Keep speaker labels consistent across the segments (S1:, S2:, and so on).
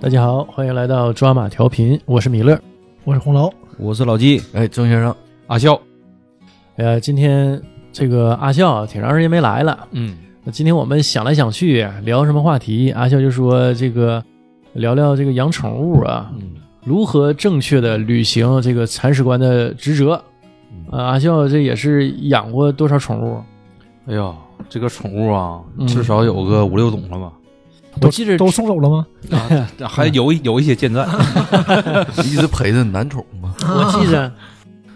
S1: 大家好，欢迎来到抓马调频，我是米勒。
S2: 我是红楼，
S3: 我是老纪，
S1: 哎，郑先生，
S3: 阿笑，
S1: 哎呀，今天这个阿笑啊挺长时间没来了。
S3: 嗯，
S1: 那今天我们想来想去啊聊什么话题，阿笑就说这个聊聊这个养宠物啊，
S2: 嗯
S1: 如何正确的履行这个铲屎官的职责。
S2: 嗯
S1: 啊，阿笑这也是养过多少宠物？
S3: 哎呀，这个宠物啊
S1: 嗯，
S3: 至少有个五六种了吧？
S1: 我记 着
S2: 都送走了吗？
S3: 啊，还有一有一些健 在，
S4: 一直陪着男宠嘛。
S1: 我记 着，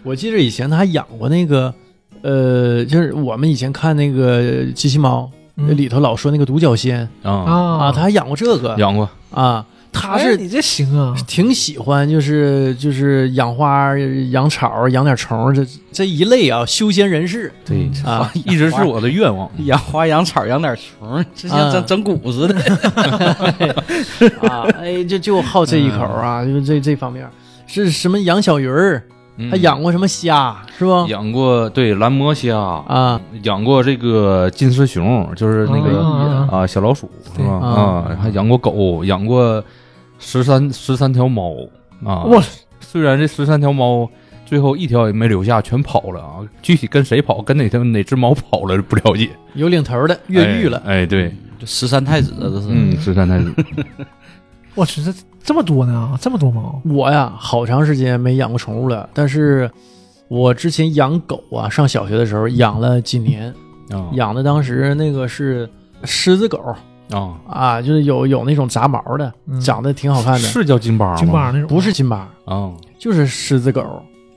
S1: 我记着以前他还养过那个，呃，就是我们以前看那个机器猫，
S2: 嗯
S1: 那里头老说那个独角仙
S3: 啊，
S2: 啊
S1: 啊，他还养过这个
S3: 养过，
S1: 啊，他
S2: 哎
S1: 是
S2: 你这行啊，
S1: 挺喜欢，就是就是养花、养草、养点虫这这一类啊，修仙人 士
S3: 对，
S1: 啊
S3: 嗯 一直是我的愿望。
S5: 养花养草养点虫，这像
S1: 啊
S5: 整整蛊似的。
S1: 啊，哎，就就好这一口啊，就这这方面是什么养小鱼儿，还养过什么虾是不？
S3: 嗯养过对蓝魔虾，
S1: 啊，
S3: 养过这个金丝熊，就是那个
S2: 啊
S3: 啊小老鼠是
S2: 对
S3: 吧？
S1: 啊
S3: 啊，还养过狗，养过十三十三条猫啊。
S2: 哇，
S3: 虽然这十三条猫最后一条也没留下，全跑了啊。具体跟谁跑，跟哪条哪只猫跑了不了解。
S1: 有领头的越狱了，
S3: 哎，哎对，
S5: 十三太子啊，这是、
S3: 嗯，十三太子，
S2: 我去，这这么多呢，这么多猫，
S1: 我呀，好长时间没养过宠物了，但是我之前养狗啊，上小学的时候养了几年，
S3: 啊
S1: 养的当时那个是狮子狗
S3: 啊，
S1: 啊，就是有有那种杂毛的，
S2: 嗯
S1: 长得挺好看的，
S3: 是叫金巴吗？
S2: 京巴那种，
S1: 不是金巴，
S3: 啊，
S1: 就是狮子狗。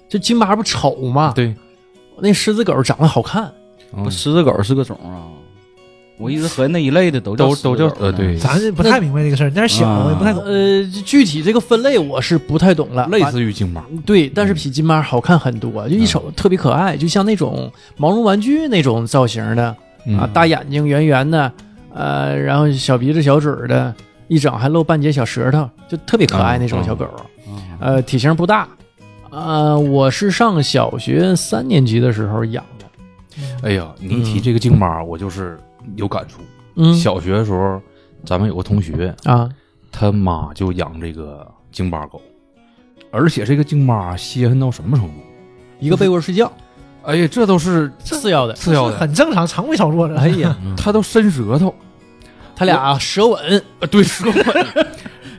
S1: 就金巴不丑吗？，
S3: 对，
S1: 那狮子狗长得好看，
S3: 嗯
S5: 不狮子狗是个种啊。我一直合计那一类的都叫
S3: 都
S5: 狮子
S3: 都
S5: 狗
S3: 叫
S5: 呢
S3: 呃对，
S2: 咱是不太明白这个事儿，那是小，
S5: 啊
S2: 我也不太懂。
S1: 呃，具体这个分类我是不太懂了，
S3: 类似于嗯金巴，
S1: 对，但是比金巴好看很多，就一瞅特别可爱，就像那种毛绒玩具那种造型的，啊，
S3: 嗯
S1: 大眼睛圆圆的，呃，然后小鼻子小嘴儿的，一整还露半截小舌头，就特别可爱
S3: 嗯
S1: 那种小狗。
S5: 啊
S1: 呃，体型不大，呃，我是上小学三年级的时候养的。
S3: 哎呀，你一提这个京巴，我就是有感触。
S1: 嗯，
S3: 小学的时候，咱们有个同学，
S1: 啊，
S3: 他妈就养这个京巴狗，而且这个京巴稀罕到什么程度？
S1: 一个被窝睡觉，
S3: 哎呀，这都是
S1: 次要的。
S3: 次要
S2: 这
S3: 的，
S2: 很正常，常规操作 的。
S1: 哎呀，
S3: 他都伸舌头，
S1: 他俩舌吻，
S3: 呃 对舌吻，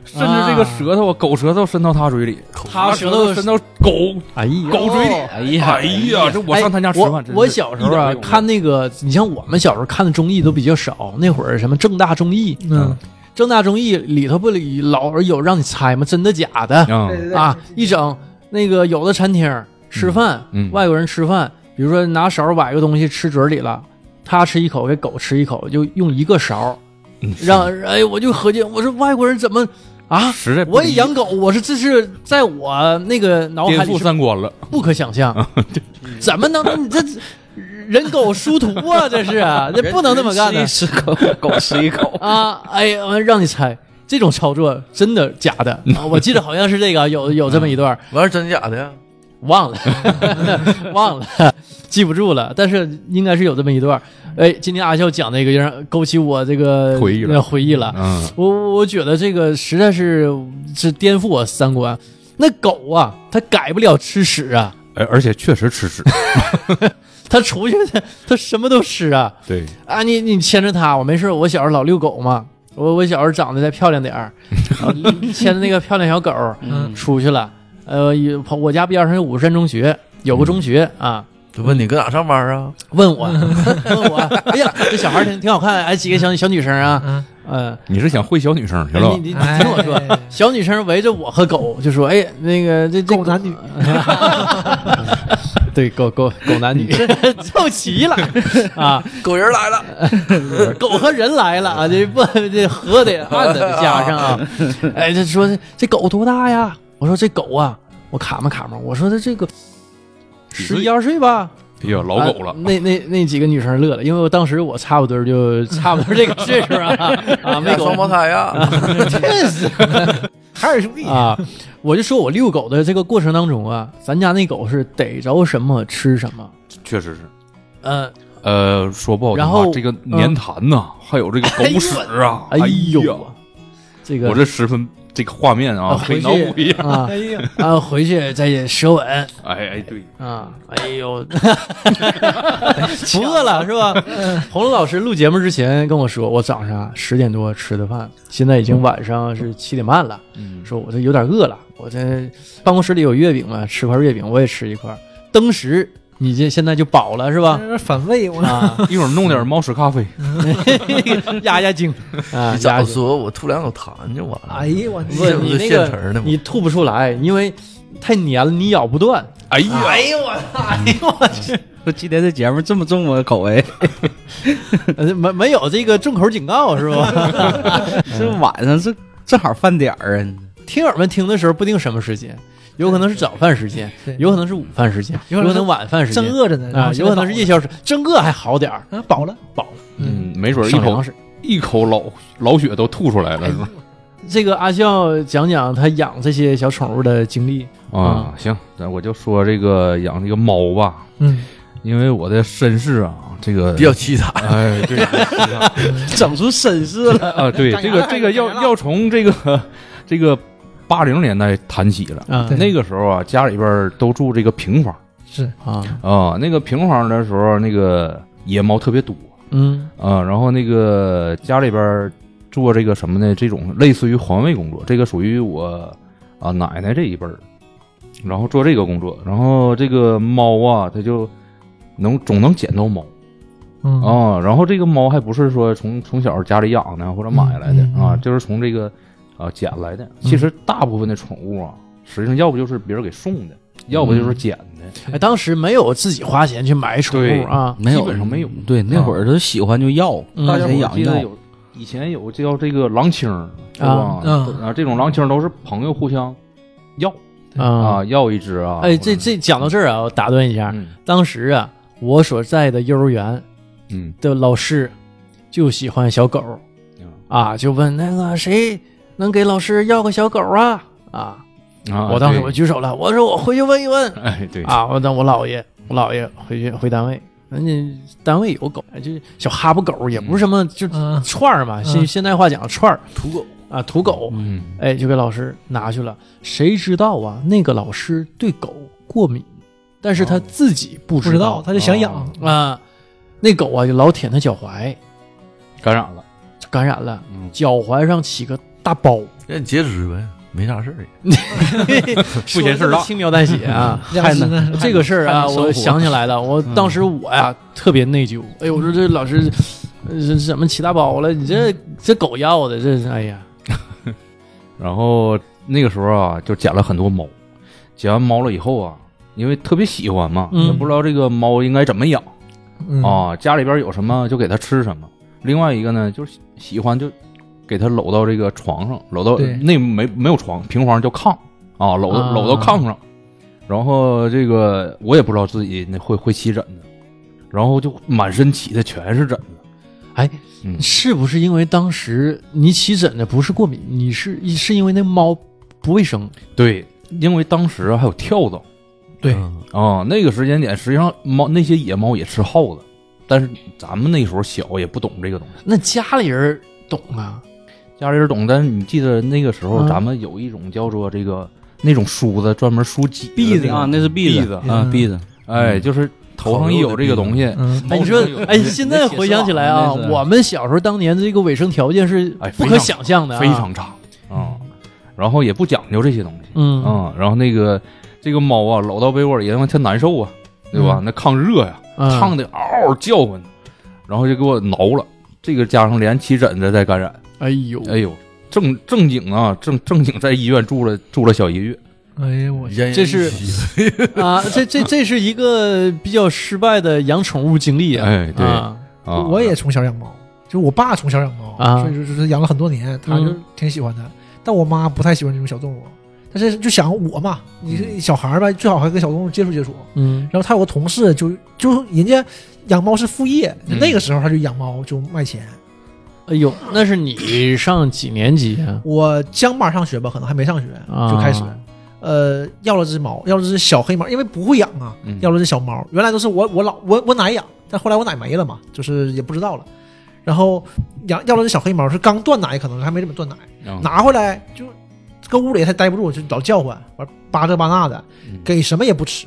S3: 甚至这个舌头啊，狗舌头伸到他嘴里，
S1: 他舌
S3: 舌
S1: 头
S3: 头伸到狗
S1: 哎呀
S3: 狗嘴里。
S5: 哎呀
S3: 哎呀，这我上他家吃
S1: 我
S3: 饭，真是
S1: 我小时候
S3: 一点没
S1: 啊
S3: 有
S1: 看那个，你像我们小时候看的综艺都比较少，那会儿什么正大综艺，
S2: 嗯，
S1: 正大综艺里头不里老有让你猜吗？真的假的？
S4: 嗯
S3: 啊，
S1: 啊，一整那个有的餐厅吃饭，
S3: 嗯嗯
S1: 外国人吃饭，比如说拿勺崴个东西吃嘴里了，他吃一口给狗吃一口，就用一个勺，
S3: 嗯
S1: 让哎我就合计，我说外国人怎么啊？
S3: 实在不
S1: 我也
S3: 理
S1: 养狗，我是这是在我那个脑
S3: 颠
S1: 海里
S3: 覆
S1: 是
S3: 三观了，
S1: 不可想 象，怎么能你这人狗殊途啊？这是啊这不能这么干的。
S5: 人吃一吃狗，狗吃一口
S1: 啊！哎呀，完让你猜这种操作真的假的啊？我记得好像是这个有有这么一段，
S4: 完事儿真假的呀？
S1: 忘了， 忘了，记不住了。但是应该是有这么一段儿。哎，今天阿笑讲这个，就让勾起我这个
S3: 回忆了
S1: 回忆了。
S3: 嗯，
S1: 我我我觉得这个实在是是颠覆我三观。那狗啊，它改不了吃屎啊，
S3: 而而且确实 吃屎，
S1: 它出去它它什么都吃啊
S3: 对，
S1: 啊！你你牵着它，我没事儿，我小时候老遛狗嘛，我我小时候长得再漂亮点儿，啊牵着那个漂亮小狗，
S2: 嗯
S1: 出去了。呃，有跑我家边上有五山中学，有个中学啊。
S4: 就问你搁哪上班啊？
S1: 问我，问我，哎呀，这小孩儿挺挺好看，哎，几个小小女生啊，
S2: 嗯，
S1: 嗯、
S3: 你是想会小女生去
S1: 哎
S3: 了
S1: 你？你你听我说，
S2: 哎
S1: 小女生围着我和狗就说，哎，那个这这
S2: 狗男女，
S1: 对狗狗狗男女凑齐了 啊，
S4: 狗人来了，
S1: 狗和人来了啊，这不这和得暗的得加上啊，哎，这说这狗多大呀？我说这狗啊，我卡嘛卡嘛，我说它这个十一二岁吧，
S3: 哎呀，老狗
S1: 啊
S3: 了，
S1: 那那那几个女生乐了，因为我当时我差不多就差不多这个岁数啊啊，没
S4: 俩
S1: 狗
S4: 双 胞胎啊呀？
S1: 真是
S2: 海尔兄 弟，
S1: 啊！我就说我遛狗的这个过程当中啊，咱家那狗是逮着什么吃什么，
S3: 确实是。
S1: 嗯、
S3: 呃，说不好
S1: 然
S3: 听
S1: 后嗯
S3: 话，这个粘痰呐，还有这个狗屎啊，
S1: 哎
S3: 哎
S1: 呦
S3: 呀，
S1: 这个
S3: 我这十分这个画面
S1: 啊
S3: 啊，可
S1: 回
S3: 以
S1: 去
S3: 脑补一下。
S1: 啊
S2: 哎呀，
S1: 啊，回去再舌吻
S3: 哎哎，对，
S1: 啊！哎呦， 不饿了是 吧？洪龙老师录节目之前跟我说，我早上啊十点多吃的饭，现在已经晚上是七点半了。
S3: 嗯，
S1: 说我这有点饿了，我这办公室里有月饼嘛，吃块月饼我也吃一块。登时你这现在就饱了是吧？
S2: 有点反胃，我
S1: 啊，
S3: 一会儿弄点猫屎咖啡，
S1: 压压惊啊，压
S4: 你早
S1: 压惊。
S4: 说，我吐两口痰就完了。
S2: 哎呀，我
S4: 你这
S1: 不
S4: 不
S1: 你
S4: 是
S1: 那
S4: 现
S1: 个
S4: 成的吗？
S1: 你吐不出来，因为太黏了，你咬不断。
S3: 哎呀，
S4: 呦我，
S5: 说今天这节目这么重啊我的口味，
S1: 呃没没有这个重口警告是吧？
S5: 这晚上这正好饭点儿啊。
S1: 听友们听的时候不定什么时间，有可能是早饭时间
S2: 对，
S1: 有可能是午饭时间，有
S2: 有可
S1: 可
S2: 能是
S1: 能晚饭时间
S2: 真饿着呢，然
S1: 啊
S2: 后，现
S1: 有
S2: 在
S1: 可能是夜宵时，真饿还好点儿，
S2: 饱了啊，饱了，
S1: 饱了
S3: 嗯，没准儿一
S1: 上
S3: 口
S1: 粮食。
S3: 一口老老血都吐出来了，是吧？
S1: 这个阿笑讲讲他养这些小宠物的经历，
S3: 啊，行，那我就说这个养这个猫吧，
S2: 嗯，
S3: 因为我的身世啊，这个
S4: 比 较凄惨。
S3: 哎，对
S5: 整出绅士了，
S3: 啊，对，这个这个要要从这个这个八零年代谈起了。
S1: 啊
S2: 对
S3: 那个时候啊，家里边儿都住这个平房
S2: 是
S1: 啊，
S3: 啊，那个平房的时候，那个野猫特别多
S1: 嗯
S3: 啊，然后那个家里边儿做这个什么呢？这种类似于环卫工作，这个属于我啊奶奶这一辈儿，然后做这个工作，然后这个猫啊，它就能总能捡到猫。
S2: 嗯
S1: 哦
S3: 啊、然后这个猫还不是说从从小家里养的或者买来的、
S2: 嗯嗯
S3: 啊，
S2: 嗯
S3: 就是从这个啊、捡来的。其实大部分的宠物啊，实际上要不就是别人给送的，要不
S2: 嗯
S3: 就是捡的。
S1: 哎，当时没有自己花钱去买宠
S3: 对
S1: 物啊，
S5: 没有，
S3: 基本上没有
S5: 对，那会儿都喜欢就要，
S1: 嗯
S5: 大
S3: 大
S5: 家
S3: 家
S5: 伙
S3: 伙
S5: 养
S3: 记得
S5: 要。
S3: 有以前有叫这个狼青儿，是吧？
S2: 嗯
S3: 啊，这种狼青儿都是朋友互相要
S1: 啊
S3: 啊，，要一只啊。
S1: 哎，
S3: 或者
S1: 这这讲到这儿啊，我打断一下，
S3: 嗯
S1: 当时啊，我所在的幼儿园
S3: 嗯
S1: 的老师就喜欢小狗啊，就问那个谁能给老师要个小狗啊啊！
S3: 啊，
S1: 我当时
S3: 对
S1: 我举手了，我说我回去问一问
S3: 哎对
S1: 啊！我等我姥爷，我姥爷回去回单位，人家单位有狗，就是小哈巴狗，也不是什么就
S2: 嗯
S1: 串儿嘛，
S2: 嗯
S1: 现现代话讲串儿
S4: 土狗，
S1: 啊，土狗，
S3: 嗯
S1: 哎，就给老师拿去了。谁知道啊？那个老师对狗过敏，但是他自己不
S2: 不
S1: 知
S2: 知
S1: 道
S2: 道，他就想养
S3: 哦，
S1: 啊。那狗啊，就老舔他脚踝，
S3: 感染了，
S1: 感染了，
S3: 嗯
S1: 脚踝上起个大包，
S4: 让你截肢呗，没啥事儿也。
S1: 不
S3: 嫌事儿大
S1: 轻描淡写啊。
S4: 嗯
S2: 还能
S1: 这个事儿啊，
S5: 还能生活
S1: 我想起来了，我当时我呀、特别内疚，哎呦，我说这老师呃这怎么起大包了？你这这狗要的，这是哎呀，
S3: 然后那个时候啊，就捡了很多猫，捡完猫了以后啊，因为特别喜欢嘛，
S1: 嗯
S3: 也不知道这个猫应该怎么养、
S2: 嗯，
S1: 哦
S3: 啊，家里边有什么就给它吃什么。另外一个呢，就是喜欢就给它搂到这个床上，搂到
S2: 对
S3: 那没没有床，平房叫炕啊，搂
S1: 啊
S3: 到搂到炕上。然后这个我也不知道自己那会会起疹子，然后就满身起的全是疹子。
S1: 哎，
S3: 嗯
S1: 是不是因为当时你起疹子不是过敏，你是是因为那猫不卫生？
S3: 对，因为当时啊还有跳蚤。
S2: 对
S4: 嗯
S3: 啊、那个时间点，实际上猫那些野猫也吃耗子，但是咱们那时候小也不懂这个东西，
S1: 那家里人懂啊，
S3: 家里人懂。但是你记得那个时候，
S1: 嗯
S3: 咱们有一种叫做这个那种梳子，专门梳鸡
S5: 篦
S3: 子
S5: 子啊，那是篦
S3: 篦
S5: 子
S3: 子，
S5: 啊，篦子。
S3: 哎，就是头上一有这个东西，
S2: 嗯，
S1: 哎，你
S3: 猫身
S1: 说
S3: 上有，
S1: 哎，现在回想起来啊，
S5: 那是
S1: 我们小时候当年这个卫生条件是
S3: 哎
S1: 不
S3: 非
S1: 可
S3: 常
S1: 想象的、啊，
S3: 非常差啊、然后也不讲究这些东西，
S1: 嗯
S3: 啊、然后那个这个猫啊，搂到被窝里，因为它难受啊，对吧？那抗热呀、
S1: 嗯
S3: 烫的嗷嗷叫唤，然后就给我挠了。这个加上连起疹子再感染。
S1: 哎呦，
S3: 哎呦，正正经啊，正正经在医院住了住了小一个月。
S2: 哎呀我
S4: 奄奄
S1: 这是
S4: 一息
S1: 啊，这这这是一个比较失败的养宠物经历啊。
S3: 哎，对啊，
S1: 啊，
S2: 我也从小养猫，就我爸从小养猫，
S1: 啊
S2: 所以说就是养了很多年，他就
S1: 嗯
S2: 挺喜欢的。但我妈不太喜欢这种小动物，但是就想我嘛，你是小孩儿吧，最好还跟小动物接触接触。
S1: 嗯
S2: 然后他有个同事就就人家养猫是副业，就
S3: 嗯
S2: 那个时候他就养猫就卖钱。
S1: 哎呦，那是你上几年级啊？
S2: 我江班上学吧，可能还没上学
S1: 啊
S2: 就开始。呃，要了只猫，要了只小黑猫，因为不会养啊，
S3: 嗯
S2: 要了只小猫。原来都是我我老我我奶养，但后来我奶没了嘛，就是也不知道了。然后养要了只小黑猫，是刚断奶，可能还没怎么断奶，
S3: 嗯
S2: 拿回来就搁屋里也待不住，就老叫唤，完扒这扒那的，给什么也不吃，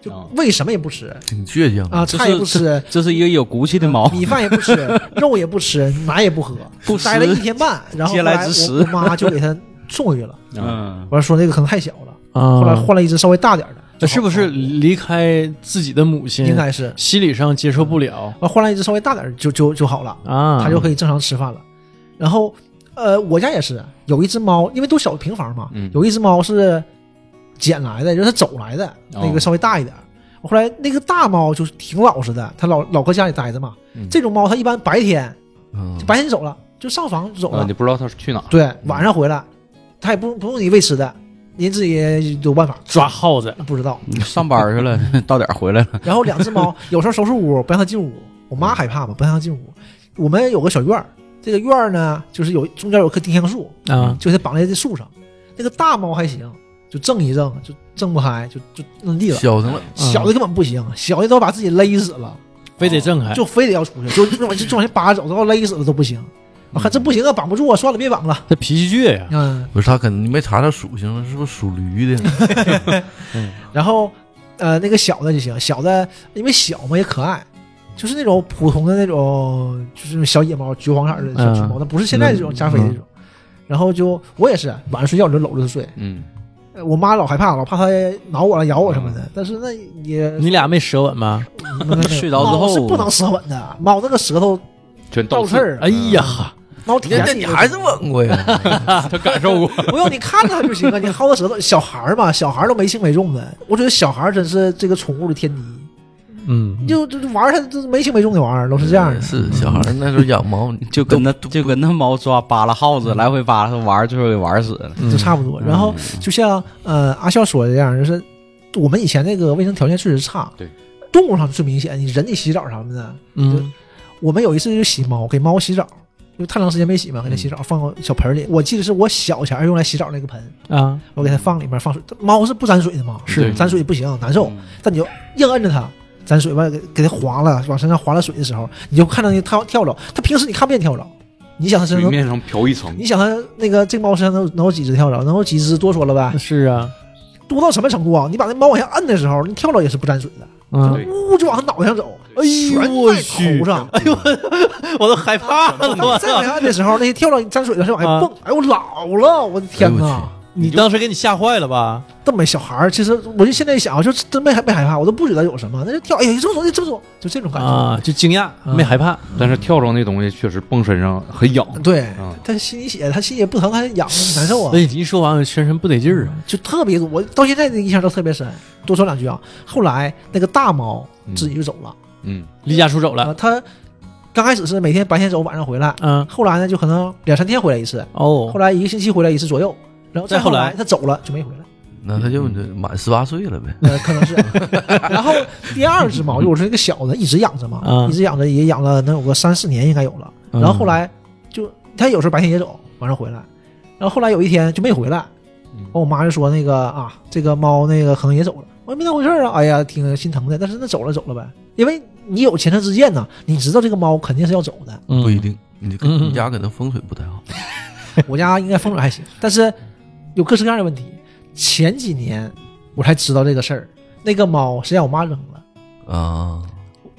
S2: 就
S3: 啊
S2: 喂什么也不吃
S4: 挺倔强
S2: 啊，
S5: 这
S2: 菜也
S5: 是
S2: 不吃，
S5: 这是一个有骨气的 猫，
S2: 米饭也不吃，肉也不吃，奶也不喝，
S5: 不
S2: 待了一
S5: 食。
S2: 天半，然后
S5: 嗟
S2: 后
S5: 来
S2: 来
S5: 之食
S2: 我我妈就给他送回去了，
S5: 嗯，
S2: 完说那个可能太小了，
S1: 啊，
S2: 后来换了一只稍微大点儿的，
S1: 那是不是离开自己的母亲，
S2: 应该是，
S1: 心理上接受不了
S2: 完呃换了一只稍微大点儿就就就好了。
S3: 嗯
S1: 啊？
S2: 它就可以正常吃饭了。然后，呃，我家也是有一只猫，因为都小平房嘛，
S3: 嗯
S2: 有一只猫是捡来的，就是它走来的，
S3: 哦
S2: 那个稍微大一点。后来那个大猫就是挺老实的，它老老搁家里待着嘛。
S3: 嗯
S2: 这种猫它一般白天
S4: 嗯
S2: 就，白天就走了，就上床就走了，
S3: 啊，你不知道他去哪儿，
S2: 嗯对，晚上回来，它也不不用你喂吃的，您自己有办法
S1: 抓耗子，
S2: 不知道。
S5: 上班去了， 到点儿回来了。
S2: 然后两只猫有时候收拾屋，不让它进屋，我妈害怕嘛，不让它进屋。我们有个小院儿，这个院儿呢，就是有中间有棵丁香树
S1: 啊
S2: 就是绑在这树上。那个大猫还行，就挣一挣，就挣不开，就就摁
S5: 嗯
S2: 地了。
S4: 消停了，
S2: 小的根本不行，小的都把自己勒死了，
S1: 非得挣开，
S2: 就非得要出去，就就往就往前扒走，都要勒死了都不行。我看这不行啊，绑不住啊，算了，别绑了。
S1: 这脾气倔呀，
S2: 嗯，
S4: 不是他肯定你没查查属性，是不是属驴的？
S2: 然后呃，那个小的就行，小的因为小嘛也可爱，就是那种普通的那种就是小野猫，橘黄色的小橘猫，
S1: 嗯
S2: 那、不是现在这种加菲这种。然后就我也是晚上睡觉我就搂着它睡，
S3: 嗯，
S2: 呃我妈老害怕，老怕它挠我了、咬我什么的。但是那也
S1: 你俩没舌吻吗？
S2: 那那
S5: 睡着之后
S2: 猫是不能舌吻的，猫那个舌头
S3: 全
S2: 倒
S3: 到
S2: 刺儿，
S1: 哎呀，
S2: 猫底
S4: 那
S2: 下
S4: 那你还是吻过呀？
S3: 他感受过，
S2: 不用你看着它就行了，你薅它舌头。小孩儿嘛，小孩儿都没轻没重的，我觉得小孩儿真是这个宠物的天敌，
S1: 嗯
S2: 你，就就就玩儿它，这没轻没重的玩意儿都是这样的。
S4: 是小孩儿那时候养猫，你
S5: 就跟那就跟那猫抓扒拉耗子，来回扒拉玩儿，最后给玩死 了。
S1: 嗯
S2: 就差不多。然后就像呃阿笑说的这样，就是我们以前那个卫生条件确实差，
S3: 对，
S2: 动物上最明显，你人得洗澡啥的。
S1: 嗯
S2: 我们有一次就洗猫，给猫洗澡，因为太长时间没洗嘛，给它洗澡，放个小盆里。我记得是我小前儿用来洗澡那个盆，
S1: 啊，
S2: 我给它放里面放水。猫是不沾水的嘛，
S1: 是
S3: 对
S2: 沾水不行，难受。但你就硬摁着它。沾水完了给给它划了，往身上划了水的时候，你就看到那跳跳蚤。它平时你看不见跳蚤，你想它身
S3: 水
S2: 上能，
S3: 面上漂一层
S2: 你，想它那个这猫身上能有能有几只跳蚤？能有几只？多说了呗。
S1: 是啊，
S2: 多到什么程度啊？你把那猫往下摁的时候，那跳蚤也是不沾水的，
S1: 嗯，
S3: 对，
S2: 呜就往它脑袋上走，哎
S1: 全
S2: 呦我
S1: 在
S2: 去！头上，
S1: 哎呦，我都害怕了，我
S2: 再往下
S1: 操！
S2: 摁的时候，那些跳蚤沾水的是往下蹦，哎呦我老了，我的天
S4: 哎呦
S2: 哪！
S1: 你当时给你吓坏了吧？
S2: 这么小孩儿，其实我就现在一想啊，就真没害没害怕，我都不觉得有什么，那就跳，哎呀，这么走，这么走，就这种感觉。
S1: 啊，就惊讶，没害怕，
S3: 但是跳蚤那东西确实蹦身上很痒，
S2: 对
S3: 啊，
S2: 他心里血，他心里不疼，还痒，难受啊
S1: 所。以你一说完，我全身不得劲儿啊。
S2: 就特别多，我到现在的印象都特别深。多说两句啊，后来那个大猫自己就走了，
S3: 嗯，
S1: 离家出走
S2: 啊，
S1: 了。
S2: 它刚开始是每天白天走，晚上回来，
S1: 嗯，
S2: 后来呢，就可能两三天回来一次，
S1: 哦，
S2: 后来一个星期回来一次左右，然后再
S1: 再后
S2: 后
S1: 来
S2: 来他走了就没回来，
S4: 那他就满十八岁了呗。
S2: 呃，可能是。然后第二只猫，就是那个小的，一直养着嘛，
S1: 嗯
S2: 一直养着也养了能有个三四年应该有了。然后后来就它有时候白天也走，晚上回来，然后后来有一天就没回来，完我妈就说那个啊，这个猫那个可能也走了，我也没当回事儿啊，哎呀，挺心疼的，但是那走了走了呗，因为你有前车之鉴呐，你知道这个猫肯定是要走的。
S1: 嗯
S4: 不一定，你
S1: 嗯嗯
S4: 你家可能风水不太好。
S2: 我家应该风水还行，但是有各式各样的问题。前几年我才知道这个事儿，那个猫是让我妈扔了。
S4: 啊，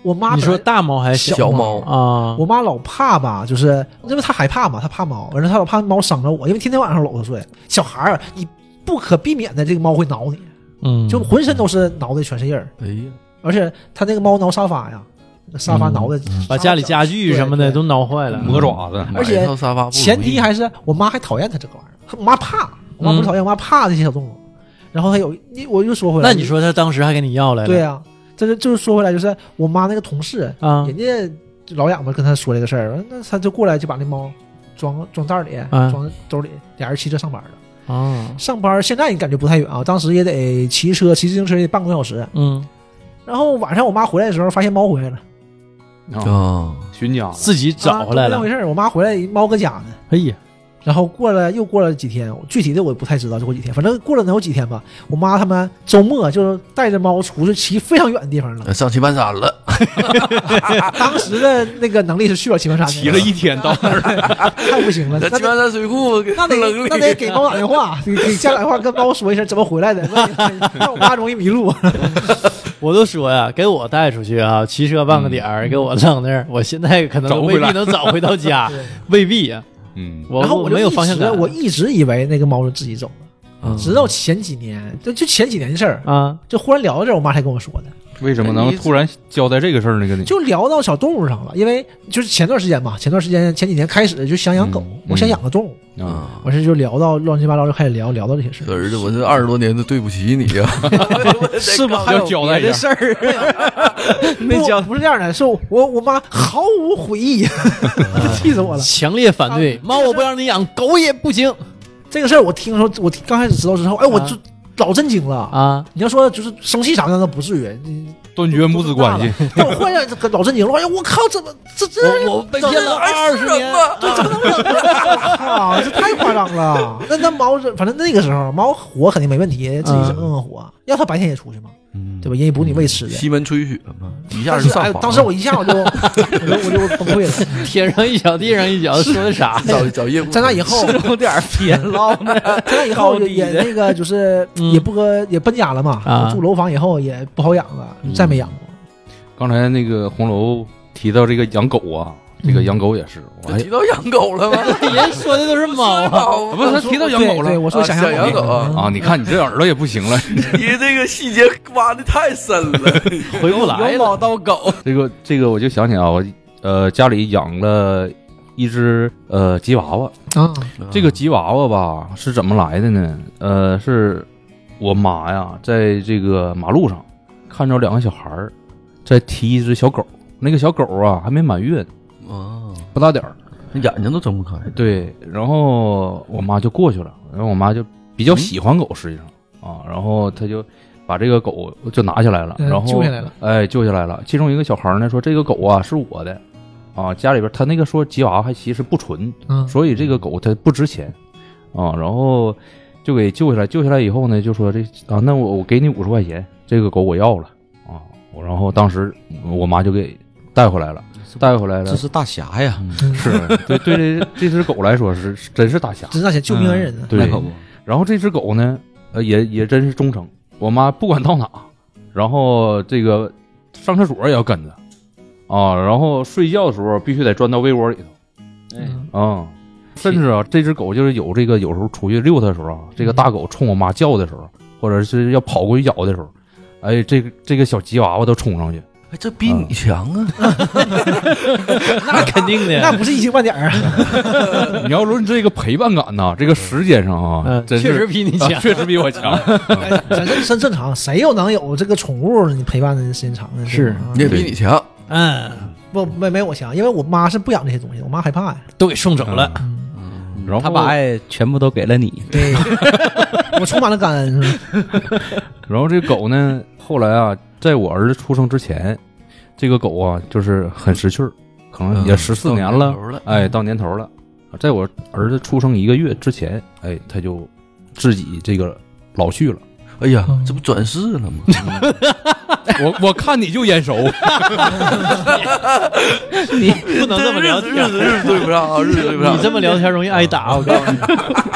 S2: 我妈
S1: 你说
S2: 本来，
S1: 大猫还是
S4: 小
S1: 猫
S4: 猫
S1: 啊？
S2: 我妈老怕吧，就是因为她害怕嘛，她怕猫，而且她老怕猫伤着我，因为天天晚上搂着睡。小孩儿，你不可避免的，这个猫会挠你，
S1: 嗯，
S2: 就浑身都是挠的，全是印儿。
S4: 哎呀，
S2: 而且它那个猫挠沙发呀，那沙发挠的，
S1: 嗯把家里家具什么的
S2: 对对
S1: 都挠坏了。
S3: 磨爪子，
S2: 而且
S4: 买一套沙发不容易
S2: 前提还是我妈还讨厌它这个玩意儿，我妈怕，我妈不是讨厌，我妈怕这些小动物。然后还有，你我又说回来，
S1: 那你说他当时还给你要来了？
S2: 对啊，这就就是说回来，就是我妈那个同事，
S1: 啊
S2: 人家就老养吧跟她说这个事儿，那她就过来就把那猫装装袋里，
S1: 啊
S2: 装兜里，俩人骑车上班了。
S1: 啊，
S2: 上班现在你感觉不太远啊，当时也得骑车，骑自行车也得半个多小时。
S1: 嗯，
S2: 然后晚上我妈回来的时候，发现猫回来了，
S3: 啊，
S4: 啊，
S3: 寻家了，
S1: 自己找回来
S2: 啊都没当
S1: 了
S2: 回。事儿。我妈回来，猫搁家呢。
S1: 哎呀，
S2: 然后过了又过了几天，具体的我不太知道，就过几天，反正过了能有几天吧。我妈他们周末就是带着猫出去骑非常远的地方 了，
S4: 呃上棋盘山了，
S2: 当时的那个能力是去不了棋盘山的，
S3: 骑了一天到那儿，
S2: 太不行了，那
S4: 那棋盘山水库啊
S2: 那得
S4: 能力
S2: 那得给猫打电 话，给给家打电话跟猫说一声怎么回来的，让我妈容易迷路。
S1: 我都说呀，给我带出去啊，骑车半个点
S3: 嗯
S1: 儿，给我扔那儿，我现在可能都
S3: 找不
S1: 未
S3: 回
S1: 必
S3: 来
S1: 能找回到家， 未必啊，
S3: 嗯，
S1: 我
S2: 然后
S1: 我
S2: 就
S1: 没有
S2: 一
S1: 方向
S2: 直
S1: 感，
S2: 我一直以为那个猫是自己走了，
S4: 嗯
S2: 直到前几年，就就前几年的事儿，
S1: 啊，
S2: 就忽然聊到这儿，我妈才跟我说的，
S3: 为什么能突然交代这个事儿呢？跟你
S2: 就聊到小动物上了，因为就是前段时间嘛，前段时间前几年开始就想养狗
S3: 嗯，
S2: 我想养个动物，
S3: 啊，
S4: 啊，
S2: 完事就聊到乱七八糟就开始聊聊到这些事儿。
S4: 儿子，我这二十多年都对不起你啊呀，
S5: 哎是不还
S3: 要
S5: 有
S3: 交
S5: 别
S3: 代一
S5: 的
S3: 下
S5: 事啊儿？啊
S2: 没讲不是这样的，是我我妈毫无 悔意，气死我了。
S1: 强烈反对，
S2: 啊
S1: 猫我不让你养，狗也不行
S2: 这个事儿我听说，我听刚开始知道之后，哎，我就老震惊了。
S1: 啊，
S2: 你要说就是生气啥的，那不至于。你
S3: 断绝母子关系，
S2: 但我忽然这个老震惊了，哎呀，我靠，怎么这这哎
S1: 我我被骗了二十年，
S2: 这怎么能忍啊？这太夸张了。那那猫是，反正那个时候猫活肯定没问题，自己整弄弄活，要它白天也出去嘛，
S4: 嗯
S2: 对吧？人也补你喂吃的。
S4: 西门吹雪嘛，一下
S2: 但
S4: 就是
S2: 哎
S4: 上
S2: 呦
S4: 房，了。
S2: 当时我一下我就 我就我就崩溃了。
S1: 天上一脚，地上一脚，说的 啥？
S4: 找找业务，
S2: 在那以后，
S5: 有点别唠呢，
S2: 在那以后
S5: 高
S2: 也
S5: 低的
S2: 也那个就是
S1: 嗯
S2: 也不搁也搬家了嘛
S1: 啊，
S2: 住楼房以后也不好养了，再没养过。
S3: 刚才那个红楼提到这个养狗啊，这个养狗也是，我还
S4: 提到养狗了 吗？
S1: 人说的都是猫 啊，
S4: 猫
S3: 不是他提到养狗
S2: 对对，
S3: 了
S2: 我说
S4: 啊
S2: 想
S4: 想养狗
S2: 嗯
S3: 啊？你看你这耳朵也不行了，
S4: 你这个细节挖的太深了，
S1: 回不来了。
S5: 由猫到 狗，
S3: 这个这个我就想起啊，我呃家里养了一只呃吉娃娃，
S2: 啊，
S3: 这个吉娃娃吧是怎么来的呢？呃，是我妈呀，在这个马路上看着两个小孩儿在踢一只小狗，那个小狗啊还没满月呢，
S1: 哦
S4: 啊，
S3: 不大点儿。
S4: 眼睛都睁不开，
S3: 对，然后我妈就过去了，然后我妈就比
S2: 嗯
S3: 较喜欢狗，实际上、啊，然后她就把这个狗就拿下来了，
S2: 嗯
S3: 然后
S2: 救下来了，
S3: 哎，救下来了。其中一个小孩呢说：“这个狗啊是我的，啊，家里边他那个说吉娃娃还其实不纯，
S2: 嗯，
S3: 所以这个狗它不值钱啊。”然后就给救下来，救下来以后呢，就说这啊，那我我给你五十块钱，这个狗我要了啊。我然后当时我妈就给带回来了，带回来了
S5: 这。是大侠呀，
S3: 是对对这这只狗来说是是真是大侠，
S2: 真那些救命恩人呢。
S3: 对
S4: 哎
S5: 那可不，
S3: 然后这只狗呢，呃，也也真是忠诚。我妈不管到哪，然后这个上厕所也要跟着啊，然后睡觉的时候必须得钻到被窝里头
S1: 哎
S2: 嗯
S3: 啊。甚至啊，这只狗就是有这个有时候出去遛它的时候啊，这个大狗冲我妈叫的时候，或者是要跑过去咬的时候，哎，这个这个小吉娃娃都冲上去。
S4: 哎，这比你强啊！
S1: 那肯定
S2: 那
S1: 的，
S2: 不是一星半点儿 啊！
S3: 你要论这个陪伴感呐、这个时间上啊，
S1: 嗯，
S3: 真
S1: 确
S3: 是
S1: 实比你强
S3: 啊。确实比我 强。
S2: 咱这真正常，谁又能有这个宠物你陪伴的时间长呢？
S1: 是
S2: 对吧
S4: 你也比你强，
S1: 嗯，
S2: 不没没我强，因为我妈是不养这些东西，我妈害怕呀。
S1: 都给送走了。
S3: 嗯
S1: 嗯
S3: 然后
S5: 他把爱全部都给了你，，
S2: 对， 我充满了感恩。 是吧
S3: 然后这狗呢，后来啊，在我儿子出生之前，这个狗啊就是很识趣儿，可
S1: 嗯
S3: 能也十四年了，
S4: 了，
S3: 哎，嗯到年头了。在我儿子出生一个月之前，哎，它就自己这个老去了。
S4: 哎呀，
S1: 嗯
S4: 这不转世了吗？
S3: 我我看你就眼熟，
S1: 你
S3: 嗯
S1: 不能 这么聊
S4: 日子
S1: 天，
S4: 日子对不上啊，日子对不上。
S1: 你这么聊天容易挨打，我告诉 你，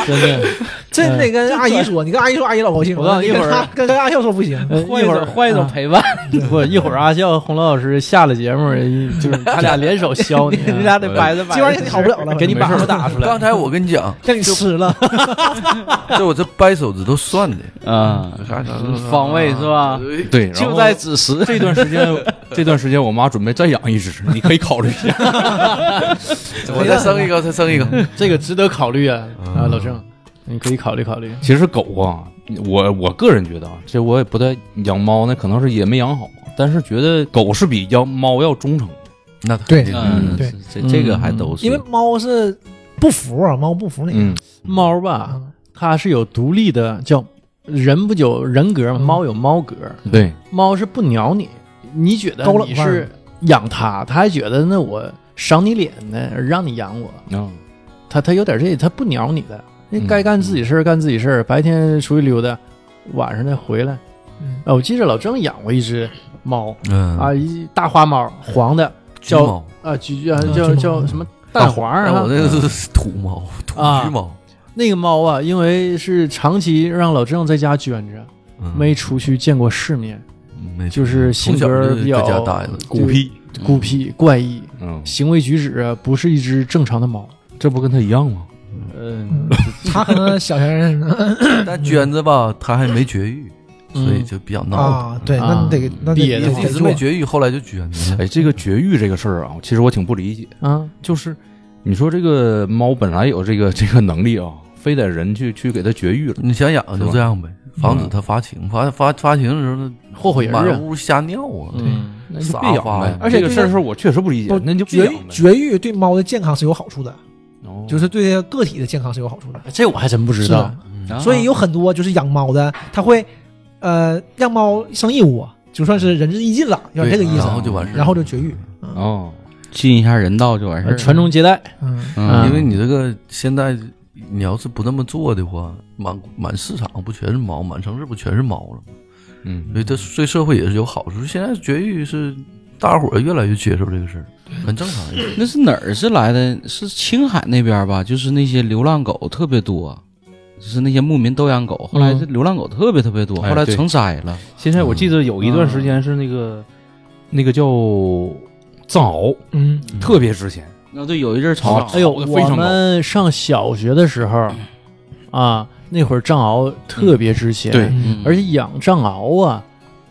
S1: 真的。
S2: 嗯这你得跟阿姨说，你跟阿姨说，阿姨老高兴了。
S1: 我告诉你
S2: 跟
S1: 一会儿
S2: 她跟跟阿笑说不行，
S1: 呃一会儿换一种陪 伴，不，一会儿阿笑、洪老师下了节目，一就是他俩联手削 你啊
S5: 嗯你俩得掰着掰着。
S2: 今晚你好不了了，
S1: 给你把
S2: 没事
S1: 头打出来
S4: 刚。才我跟你讲，
S2: 让你吃了。
S4: 这我这掰手指头算的，哎
S3: 啊，
S5: 方位是吧
S1: 啊
S4: 对
S3: 对，然
S5: 嗯就
S3: 后
S5: 在子时，
S3: 这段时间， 这段时间我妈准备再养一 只，你可以考虑一下。
S4: 我再生一个，再生一个。
S1: 这个值得考虑啊，啊，老郑，你可以考虑考虑。
S3: 其实狗啊，我我个人觉得啊，这我也不太养猫呢，可能是也没养好，但是觉得狗是比养猫要忠诚。
S4: 那
S2: 对
S5: 嗯，
S2: 对
S5: 这这个还都是
S2: 因为猫是不服啊，猫不服啊你。
S3: 嗯，
S1: 猫吧，它是有独立的，叫人不有人格吗？
S2: 嗯
S1: 猫有猫格，
S3: 对，
S1: 猫是不鸟你，你觉得
S2: 高冷
S1: 你
S2: 范儿
S1: 是养它，它还觉得那我赏你脸呢，让你养我。
S3: 嗯，
S1: 他他有点这，他不鸟你的，人该干自己事儿干自己事儿，白天出去溜达，晚上再回来。
S2: 嗯
S1: 啊，我记着老郑养过一只猫
S4: 嗯
S1: 啊，一大花猫，黄的，
S4: 橘
S1: 叫
S4: 猫，
S1: 啊，橘啊
S2: 嗯
S1: 叫
S2: 橘猫
S1: 叫什么蛋黄儿
S4: 哎
S1: 啊
S4: 我？那个是土猫，土
S1: 啊
S4: 橘猫，
S1: 那个猫啊，因为是长期让老郑在家圈着，
S4: 嗯
S1: 没出去见过世面，
S4: 没
S1: 就是性
S4: 从小
S1: 格
S4: 就
S1: 比
S4: 是在
S1: 较
S4: 家待着，
S1: 孤僻、孤僻、怪异，
S3: 嗯，
S1: 行为举止啊不是一只正常的猫。
S3: 这不跟他一样吗？
S1: 嗯，
S2: 他可能小学生
S4: 但娟子吧，她还没绝育，
S1: 嗯
S4: 所以就比较闹
S2: 啊，对，
S1: 啊
S2: 那你得那
S1: 憋得
S2: 得
S1: 慌
S2: 得
S4: 腾。一
S2: 得
S4: 直没
S2: 做，
S4: 绝育，后来就娟子了。
S3: 哎，这个绝育这个事儿啊，其实我挺不理解。
S1: 啊，
S4: 嗯
S3: 就是你说这个猫本来有这个 这个能力啊，非得人去去给它绝育了，
S4: 你想养就这样呗，
S2: 嗯
S4: 防止它发情，发发发情的时候，
S1: 霍霍人
S4: 满
S1: 啊，
S4: 屋瞎尿啊，
S1: 嗯，
S3: 那
S4: 就
S3: 就
S4: 别
S3: 别
S4: 养
S3: 养
S4: 呗
S3: 呗。
S1: 而且
S3: 这个
S1: 对
S3: 事儿
S1: 它
S3: 是我确实不理解
S2: 不，
S3: 那就别
S2: 绝
S3: 养呗。
S2: 绝育对猫的健康是有好处的，
S3: 哦
S2: 就是对个体的健康是有好处的。
S1: 这我还真不知
S2: 是
S1: 道
S2: 的。
S5: 啊
S2: 所以有很多就是养猫的，他会呃让猫生义务，就算是仁至义尽了，有点这个意
S4: 然
S2: 思，啊
S4: 后就完事儿了。
S2: 然后就绝育。嗯
S3: 哦，
S5: 尽一下人道就完事儿了。
S1: 呃传宗接代，
S2: 嗯，
S5: 嗯，
S4: 因为你这个现在，你要是不那么做的话，满满市场不全是猫，满城市不全是猫了吗？
S3: 嗯，
S4: 所以这对社会也是有好处。现在绝育是大伙儿越来越接受这个事儿，很正常。
S5: 那是哪儿是来的？是青海那边吧？就是那些流浪狗特别多，就是那些牧民都养狗。后来
S1: 嗯
S5: 这流浪狗特别特别多，
S3: 哎
S5: 后来
S3: 对
S5: 成灾了。
S3: 现在我记得有一段时间是那个那个叫藏獒，
S2: 嗯，
S3: 特别值钱。
S5: 那对，有一阵儿
S3: 炒
S5: 吵
S3: 了
S1: 哎呦，
S3: 好的非
S1: 我
S3: 常高
S1: 们上小学的时候啊，那会儿藏獒特别值钱，
S3: 对
S5: 嗯
S1: 而且养藏獒啊，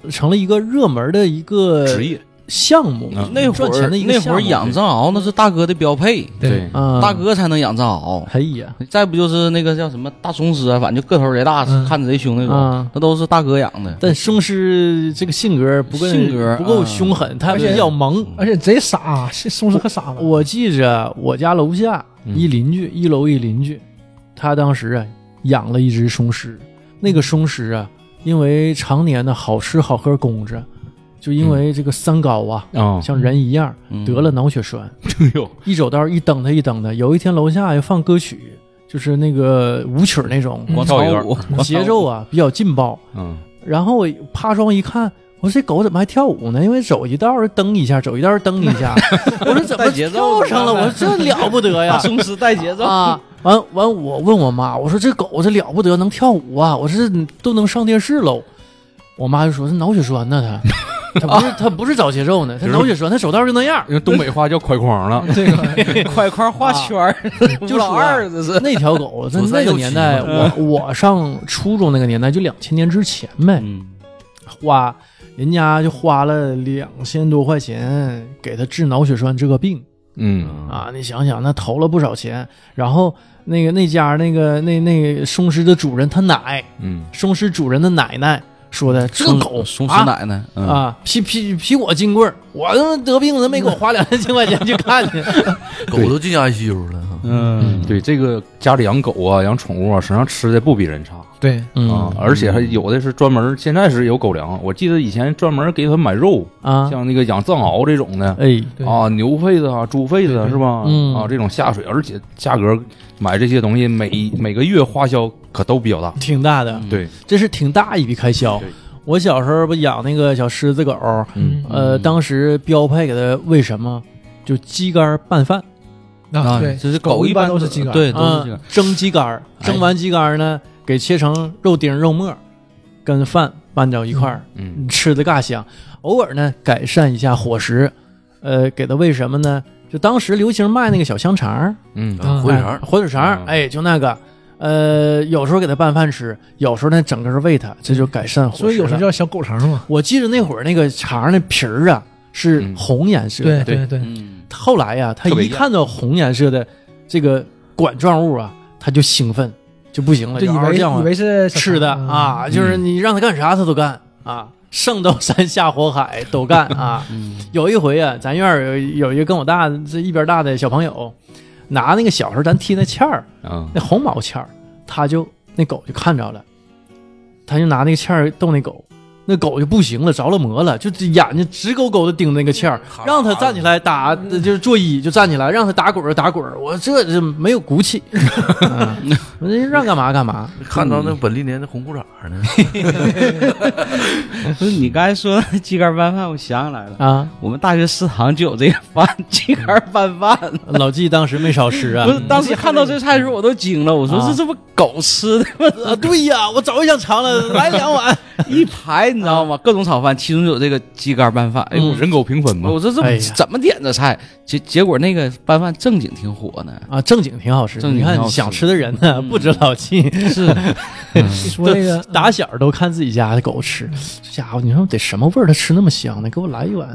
S1: 成了一个热门的一个
S3: 职业，
S1: 项目
S3: 嗯，
S5: 那会
S1: 赚
S5: 儿
S1: 钱的一个
S5: 那会儿
S1: 项目
S5: 养藏獒那是大哥的标配，
S2: 对，
S1: 啊，
S5: 大，哥才能养藏獒。
S1: 哎呀，
S5: 再不就是那个叫什么大松狮啊，反正就个头贼大，
S2: 嗯
S5: 看着贼凶
S3: 哎
S5: 那
S1: 嗯
S5: 种，那都是大哥养的。
S1: 但松狮这个性格不够
S5: 性格
S1: 不够
S5: 嗯
S1: 凶狠，它
S2: 而
S1: 比
S2: 且
S1: 较萌。
S2: 而且贼傻，啊是松狮可傻了。
S1: 我记着我家楼下
S3: 嗯
S1: 一邻居，一楼一邻居，他当时啊养了一只松狮，那个松狮啊，因为常年的好吃好喝供着，就因为这个三高啊，
S3: 啊，
S1: 像人一样
S5: 嗯
S1: 得了脑血栓，
S3: 哎呦，
S1: 一走道一蹬它一蹬它。有一天楼下又放歌曲，就是那个舞曲那种，
S5: 广
S3: 跳
S5: 场
S3: 一段
S5: 舞
S1: 节奏啊比较劲爆。
S3: 嗯，
S1: 然后我趴窗一看，我说这狗怎么还跳舞呢？因为走一道儿蹬一下，走一道儿蹬一 下，我说怎么
S5: 带节奏
S1: 跳上了？我说这了不得 呀！
S5: 松狮带节奏
S1: 啊，完完，我问我妈，我说这狗这了不得，能跳舞啊！我说这都能上电视喽。我妈就说这脑血栓呢，它它不是它不是找节奏呢，它
S3: 就是
S1: 脑血栓，它手道就那样。
S3: 因为东北话叫拐筐了，
S2: 这个
S5: 快块画圈儿，
S1: 啊就啊
S5: 吴 老
S1: 说
S5: 二这是。
S1: 那条狗在
S4: 左三
S1: 那个
S4: 右
S1: 年
S4: 七
S1: 代，
S4: 嘛
S1: 我我上初中那个年代，就两千年之前呗，
S5: 嗯，
S1: 花人家就花了两千多块钱给它治脑血栓这个病。
S3: 嗯，
S1: 啊，你想想，那投了不少钱，然后那个那家那个那那个松狮的主人他奶，
S3: 嗯，
S1: 松狮主人的奶奶说的，这个狗
S5: 松狮
S1: 啊
S5: 奶奶，嗯，
S1: 啊，比比比我金贵儿，我他妈得病了没给我花两千块钱去看去，
S4: 狗都进 ICU 了，
S5: 嗯，
S3: 对，这个家里养狗啊，养宠物啊，实际上吃的不比人差。
S2: 对，
S1: 嗯
S3: 啊，而且还有的是专门，现在是有狗粮，我记得以前专门给它买肉，
S1: 啊，
S3: 像那个养藏獒这种的。
S1: 哎，
S2: 对
S3: 啊，牛肺子啊，猪肺子啊
S2: 对对
S3: 是吧？
S1: 嗯
S3: 啊，这种下水，而且价格买这些东西每每个月花销可都比较大。
S1: 挺大的，
S3: 对，
S1: 这是挺大一笔开销
S3: 对。
S1: 我小时候不养那个小狮子狗，
S3: 嗯
S1: 呃，当时标配给它喂什么？就鸡肝儿拌饭，
S2: 啊对，
S5: 就是
S2: 狗
S5: 一
S2: 一般
S5: 都
S2: 都是鸡肝
S5: 对，都是
S1: 啊
S5: 鸡肝，
S1: 蒸鸡肝儿，蒸完鸡肝儿呢，给切成肉丁儿、肉末儿，跟饭拌到一块儿，
S3: 嗯
S1: 吃的嘎香。偶尔呢，改善一下伙食，呃，给它喂什么呢？就当时流行卖那个小香肠儿，
S3: 嗯
S2: 嗯
S4: 火腿肠儿
S1: 哎火腿肠儿
S3: 嗯，
S1: 哎，就那个。呃，有时候给它拌饭吃，有时候呢整个儿喂它，这就改善伙食了。
S2: 所以有时候叫小狗肠嘛。
S1: 我记得那会儿那个肠儿的皮儿啊是
S3: 嗯
S1: 红颜色的，
S2: 对对对，
S5: 嗯，
S1: 后来呀、他
S3: 特别
S1: 一
S3: 艳
S1: 看到红颜色的这个管状物啊，他就兴奋，就不行了，
S2: 就以
S1: 嗷嗷
S2: 为
S1: 叫
S2: 以
S1: 啊
S2: 为是小
S1: 吃的
S2: 肠
S1: 啊，，
S3: 嗯
S1: 就是你让他干啥他都干啊，上刀山下火海都干 啊。
S3: 嗯
S1: 有一回啊，咱院儿有有一个跟我大这一边大的小朋友，拿那个小时候咱踢那毽儿，
S3: 啊，
S1: 那红毛毽儿，他就那狗就看着了，他就拿那个毽儿逗那狗，那狗就不行了，着了魔了，就这眼睛直勾勾的盯着那个欠儿，
S5: 嗯
S1: 让它站起来打，就是坐椅就站起来，让它打滚儿打滚儿，我这这没有骨 气，啊我这让干嘛干嘛。
S4: 看到
S2: 嗯
S4: 那本历年的红裤衩呢，
S5: 不是你刚才说的鸡肝拌饭，我想起来了，
S1: 啊，
S5: 我们大学食堂就有这个饭，鸡肝拌饭。
S1: 老纪当时没少吃啊
S5: 不。是，当时看到这菜的时候我都惊了，我说
S1: 啊
S5: 这这不狗吃的 吗？
S1: 啊，对呀，我早就想尝了，来两 碗。
S5: 一排你知道吗？各种炒饭，其中有这个鸡肝拌饭。哎呦，
S1: 嗯
S5: 我说
S3: 人狗平分嘛。
S5: 我说
S1: 哎
S5: 这
S1: 呀，
S5: 怎么点这菜？结结果那个拌饭正经挺火呢
S1: 啊，正经挺好吃。
S5: 正经
S1: 你
S5: 挺
S1: 看
S5: 好吃嗯
S1: 想吃的人呢，不止老纪，
S5: 是
S2: 你说这个 嗯
S1: 打小都看自己家的狗吃。这家伙，你说得什么味儿？它吃那么香呢？给我来一碗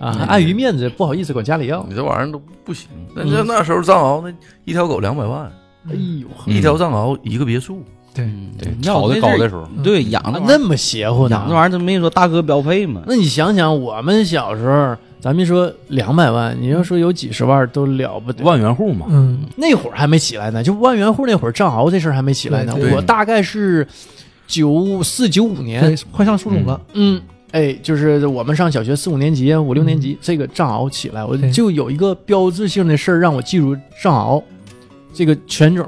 S1: 啊！还碍于面子，不好意思管家里
S2: 嗯
S1: 要。
S4: 你这玩意儿都不行。那这那时候藏獒那一条狗两百万，
S1: 哎呦，
S2: 嗯
S4: 一条藏獒一个别墅，
S3: 对
S5: 嗯，
S3: 炒的高的时候，
S5: 对养
S1: 啊
S5: 的
S1: 那么邪乎
S5: 养
S1: 呢？
S5: 这嗯玩意儿，这没说大哥标配嘛。
S1: 那你想想，我们小时候，咱们说两百万，你要说有几十万都了不得。
S3: 万元户嘛，
S2: 嗯，
S1: 那会儿还没起来呢，就万元户那会儿，藏獒这事儿还没起来呢。
S2: 对
S3: 对
S1: 我大概是九四九五年
S2: 对，，快上初中了，
S1: 嗯，哎，就是我们上小学四五年级、五六年级，这个藏獒起来，我
S2: 对
S1: 就有一个标志性的事儿让我记住藏獒这个犬种。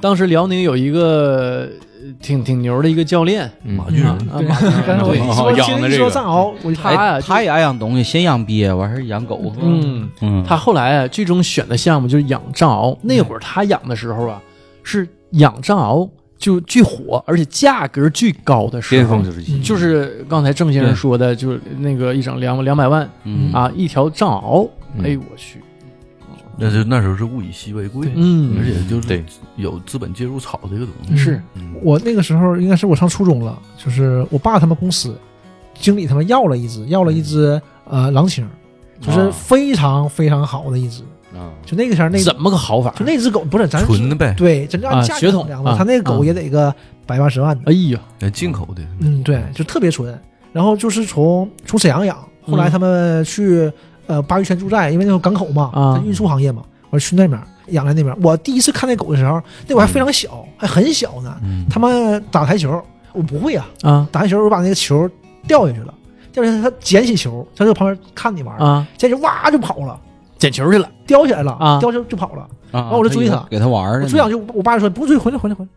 S1: 当时辽宁有一个呃挺挺牛的一个教练，
S3: 嗯
S4: 马俊
S1: 啊
S4: 人，
S1: 啊
S2: 对
S1: 马 俊
S2: 刚才我
S1: 对
S2: 一说，
S3: 养
S2: 听
S3: 的
S2: 一
S3: 这
S2: 说
S3: 个
S2: 藏獒，我就哎
S1: 他呀，
S5: 哎他也爱养东西，先养鳖，完事儿养狗。
S1: 嗯，
S5: 嗯，
S1: 他后来啊，最终选的项目就是养藏獒。那会儿他养的时候啊，是养藏獒就巨火，而且价格巨高的时
S3: 巅
S1: 候
S3: 峰，时期，
S1: 就是刚才郑先生说的，就是那个一整两两百万
S5: 嗯
S1: 啊，一条藏獒，
S3: 嗯
S1: 哎呦我去，
S4: 那就那时候是物以稀为贵，而
S1: 嗯，
S4: 且就
S3: 对
S4: 是有资本介入炒这个东西。
S1: 是
S4: 嗯
S2: 我那个时候应该是我上初中了，就是我爸他们公司经理他们要了一只，要了一只
S1: 嗯
S2: 呃狼青，就是
S3: 啊
S2: 非常非常好的一只，
S3: 啊，
S2: 就那个前儿那就
S1: 怎么个好法？
S2: 那只狗不是咱
S4: 纯的呗，
S2: 对，真正
S1: 啊
S2: 按价
S1: 血
S2: 格
S1: 统
S2: 量吧，
S1: 啊
S2: 他那个狗也得个百万十万的，
S1: 哎呀，
S4: 那进口的，
S2: 嗯，对，就特别纯。然后就是从从沈阳养，后来
S1: 嗯
S2: 他们去呃巴育泉驻寨，因为那时候港口嘛，
S1: 啊
S2: 它运输行业嘛，我去那边养在那边。我第一次看那狗的时候，那狗还
S1: 嗯
S2: 非常小，还很小呢。
S4: 嗯，
S2: 他们打台球，我不会啊，
S1: 啊
S2: 打台球我把那个球掉下去了，掉下去它捡起球，它就旁边看你玩儿，
S1: 啊，
S2: 捡起哇就跑了，
S1: 捡球去了
S2: 叼起来了，
S1: 啊
S2: 叼起来就跑了。
S5: 完
S2: 完我就追他
S5: 给他玩儿
S2: 我
S5: 呢。
S2: 追上去，我爸就说不追，回来回来回来。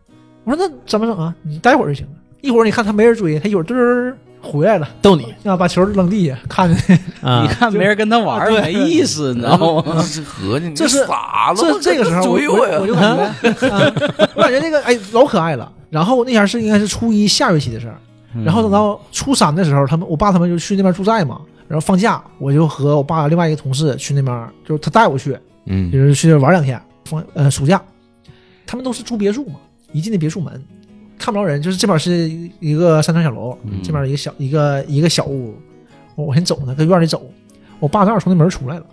S2: 我说那怎么整啊？你待会儿就行了。一会儿你看他没人追，他一会儿嘚儿回来了，
S1: 逗你
S2: 啊，把球扔地下，看见
S1: 啊
S5: 你，看没人跟他玩儿，没意思，你知
S4: 然
S5: 道
S4: 后
S5: 吗？
S4: 合计你
S2: 啊这是
S4: 傻了，
S2: 这这个时候我
S4: 追我
S2: 我我
S4: 呀，
S2: 就感觉，啊我感觉这个哎老可爱了。然后那前是应该是初一下学期的事儿，然后等到初三的时候，他们我爸他们就去那边驻寨嘛。然后放假，我就和我爸另外一个同事去那边，就是他带我去，就
S3: 嗯，
S2: 是去玩两天。放呃暑假，他们都是住别墅嘛，一进那别墅门，看不着人，就是这边是一个山村小楼，
S5: 嗯
S2: 这边一个小一个一个小屋，我我先走呢，搁院里走，我爸正好从那门出来了，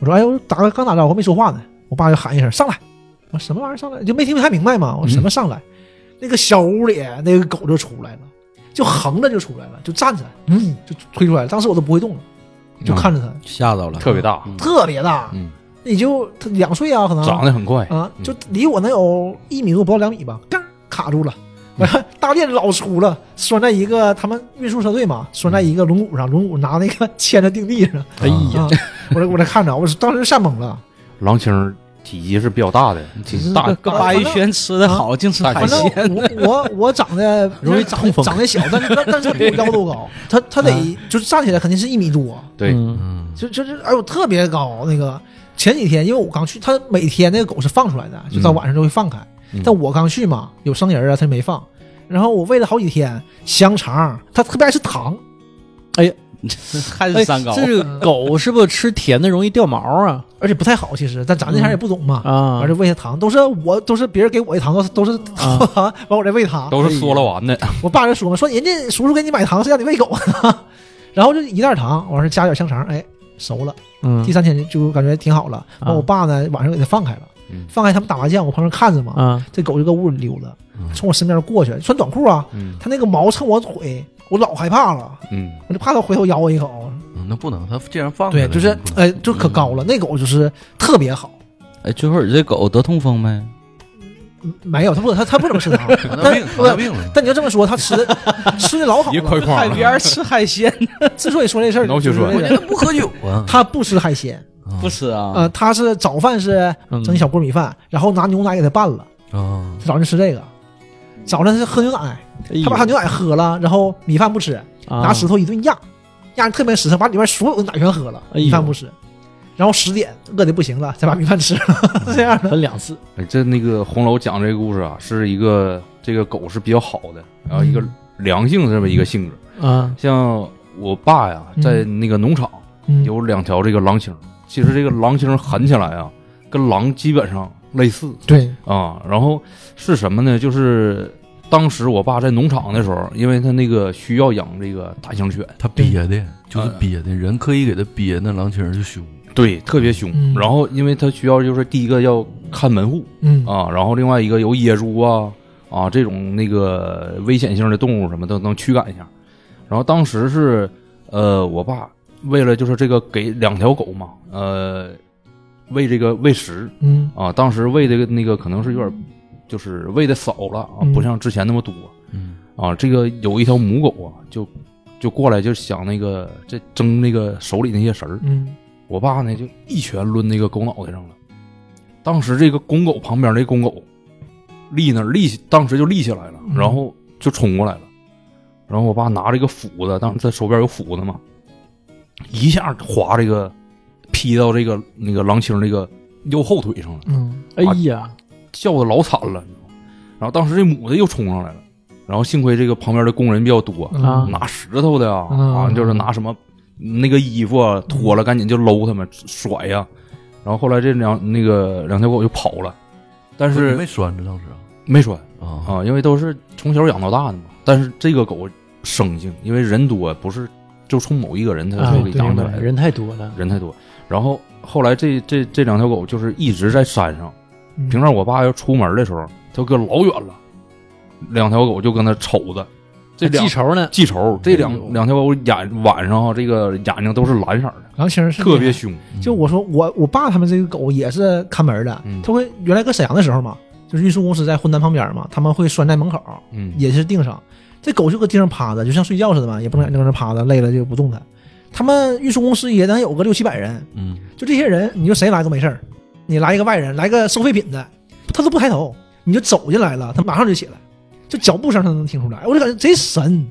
S2: 我说哎我打个刚打招呼没说话呢，我爸就喊一声上来，我说什么玩意儿上来就没听太明白嘛，我说什么上来，那个小屋里那个狗就出来了，就横着就出来了，就站着，嗯，就推出来了，当时我都不会动了，就看着它、
S5: 吓着了，
S3: 特别大，
S2: 特别大，
S3: 嗯，
S2: 也就它两岁啊可能
S3: 长得很快，
S2: 啊，
S1: 嗯
S2: 就离我能有一米多，不到两米吧，嘎卡住了。完
S1: 嗯
S2: 了， 大链老粗了，拴在一个他们运输车队嘛，拴在一个轮毂上，轮毂拿那个铅子钉地上。
S1: 哎呀，
S2: 啊，我这我这看着，我当时吓懵了。
S3: 狼青儿体积是比较大的，挺大
S5: 跟 跟鲅鱼轩吃的好，净吃海
S2: 反正
S5: 鲜。
S2: 我我我长得
S1: 容易
S2: 长
S1: 痛
S2: 得
S1: 风啊
S2: 长得小，但是但但是我腰都高，他他 得就是站起来肯定是一米多，
S3: 对，
S1: 嗯
S4: 嗯，
S2: 就就是哎呦特别高那个。前几天因为我刚去，他每天那个狗是放出来的，就到晚上就会放开。
S3: 嗯
S2: 但我刚去嘛，有生人啊，他没放。然后我喂了好几天香肠，他特别爱吃糖，
S5: 还
S1: 哎
S5: 是三高，
S1: 这个狗是不是吃甜的容易掉毛啊？
S2: 而且不太好。其实，但咱那
S3: 嗯
S2: 前也不懂嘛，
S1: 啊
S2: 完就喂它糖，都是我都是别人给我的糖，都是都是
S1: 啊
S2: 完我再喂它。
S3: 都是缩了完的，
S2: 我爸就说嘛，说人家叔叔给你买糖是让你喂狗，啊 然后就一袋糖，完事加点香肠，哎，熟了。
S1: 嗯
S2: 第三天就感觉挺好了。完、
S1: 啊
S2: 我爸呢晚上给它放开了，
S3: 嗯
S2: 放开他们打麻将，我旁边看着嘛，
S1: 啊，
S2: 这狗就搁屋里溜达，从我身边过去，穿短裤啊，
S3: 嗯
S2: 它那个毛蹭我腿，我老害怕了。
S3: 嗯，
S2: 我就怕它回头咬我一口，
S4: 嗯那不能，他既然放开
S2: 对，
S4: 了
S2: 就是
S4: 那不能
S2: 哎，就可高了，那狗就是特别好，
S5: 哎，最后你这狗得痛风没？
S2: 嗯没有，它不，它它不怎么吃糖
S4: 糖，尿
S2: 但
S4: 病，糖尿
S2: 不
S4: 病了。
S2: 但你要这么说，它吃的吃的老好
S3: 一
S2: 了。
S3: 块块
S5: 海
S3: 儿
S5: 边吃海鲜
S2: 之所以说这事儿，
S3: 脑血栓
S2: 就是
S4: 关键他不喝酒啊，
S2: 他不吃海鲜，
S5: 不吃啊？
S2: 呃，他是早饭是整一小锅米饭，然后拿牛奶给他拌了，
S4: 啊
S2: 他早上吃这个。早上是喝牛奶，
S1: 哎
S2: 他把他牛奶喝了，然后米饭不吃，拿石
S1: 头，
S2: 头一顿压，压得特别实诚，把里面所有的奶全喝了，
S1: 哎呦
S2: 米饭不吃。然后十点饿的不行了，再把米饭吃了，是这样的。
S1: 分两次，
S3: 哎，这那个红楼讲这个故事啊，是一个这个狗是比较好的，然后一个良性的这么一个性格。
S1: 啊，
S3: 像我爸呀，
S2: 嗯
S3: 在那个农场
S2: 嗯
S3: 有两条这个狼青，其实这个狼青喊起来啊，跟狼基本上类似
S2: 对，
S3: 啊。然后是什么呢？就是当时我爸在农场的时候，因为他那个需要养这个大型犬，
S4: 他憋的，就是
S2: 啊
S4: 憋的，人刻意给他憋，那狼群就凶。
S3: 对，特别凶。
S2: 嗯
S3: 然后因为他需要就是第一个要看门户，
S2: 嗯
S3: 啊，然后另外一个有野猪啊啊这种那个危险性的动物什么都能驱赶一下。然后当时是呃，我爸为了就是这个给两条狗嘛，呃，喂这个喂食
S2: 嗯
S3: 啊，当时喂的那个可能是有点就是喂的少了啊，
S2: 嗯
S3: 不像之前那么多
S4: 嗯，
S3: 啊。这个有一条母狗啊，就就过来就想那个这争那个手里那些食儿，
S2: 嗯
S3: 我爸呢就一拳抡那个狗脑袋上了。当时这个公狗旁边那公狗立那儿立起，当时就立起来了，
S2: 嗯
S3: 然后就冲过来了。然后我爸拿这个斧子，当时他手边有斧子嘛，一下划这个劈到这个那个狼青这个右后腿上了，
S2: 嗯
S1: 哎呀，
S3: 叫的老惨了，你知道吗？然后当时这母的又冲上来了，然后幸亏这个旁边的工人比较多，
S1: 啊
S3: 拿石头的呀，
S2: 嗯
S3: 啊，就是拿什么那个衣服
S1: 嗯
S3: 啊脱了，赶紧就搂他们甩呀。然后后来这两那个两条狗就跑了，但
S4: 不
S3: 是
S4: 没拴着当时啊
S3: 没拴
S4: 啊
S3: 啊，因为都是从小养到大的嘛。但是这个狗生性，因为人多，不是就冲某一个人它
S1: 啊
S3: 就给
S1: 对
S3: 养起来的，
S1: 人太多了，
S3: 人太多。然后后来这这这两条狗就是一直在山上，
S2: 嗯
S3: 平常我爸要出门的时候，他搁老远了，两条狗就跟那瞅着。这
S1: 还
S3: 两
S1: 记仇呢，
S3: 记仇，这两、
S1: 哎呦
S3: 两条狗眼晚上啊，这个眼睛都是蓝色的，
S2: 狼青是
S3: 特别凶。
S4: 嗯
S2: 就我说我我爸他们这个狗也是看门的
S3: 嗯，
S2: 他会原来搁沈阳的时候嘛，就是运输公司在混南旁边嘛，他们会拴在门口，
S3: 嗯，
S2: 也是钉上。这狗就搁地上趴着，就像睡觉似的嘛，也不能搁那趴着，累了就不动它。他们运输公司也能有个六七百人，
S4: 嗯，
S2: 就这些人，你就谁来都没事儿，你来一个外人，来个收废品的，他都不抬头，你就走进来了，他马上就起来，就脚步声他能听出来，我就感觉贼神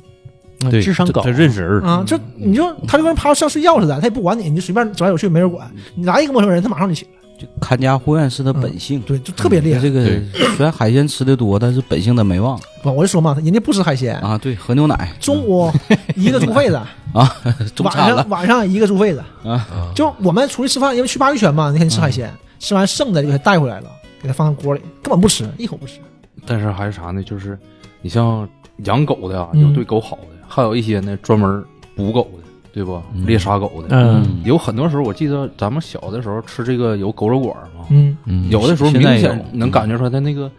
S1: 嗯智商高，嗯
S3: 识人
S2: 啊！
S5: 嗯
S2: 就你就他就跟人趴着像睡觉似的，他也不管你，你就随便走来走去没人
S5: 嗯
S2: 管，你来一个陌生人，他马上就起来，
S5: 就看家护院是他本性，
S2: 嗯对，就特别厉
S5: 他
S2: 害
S5: 嗯这。个虽然海鲜吃的多，但是本性他没忘
S2: 我我就说嘛，人家不吃海鲜，
S5: 啊。对，喝牛奶
S2: 中午一个猪肺子，
S5: 中
S2: 晚
S5: 餐了
S2: 上，晚上一个猪肺子，
S4: 啊
S2: 就我们出去吃饭，因为去鲅鱼圈嘛，你肯定吃海鲜，吃完剩的就给他带回来了，给他放到锅里，根本不吃，一口不吃。
S3: 但是还是啥呢？就是你像养狗的啊，
S2: 嗯
S3: 有对狗好的，还有一些呢专门捕狗的，对不？
S4: 嗯
S3: 猎杀狗的，
S1: 嗯，
S3: 有很多时候我记得咱们小的时候吃这个有狗肉馆嘛，
S2: 嗯
S4: 嗯
S3: 有的时候
S5: 现
S3: 明
S5: 在有嗯
S3: 显能感觉出来它那个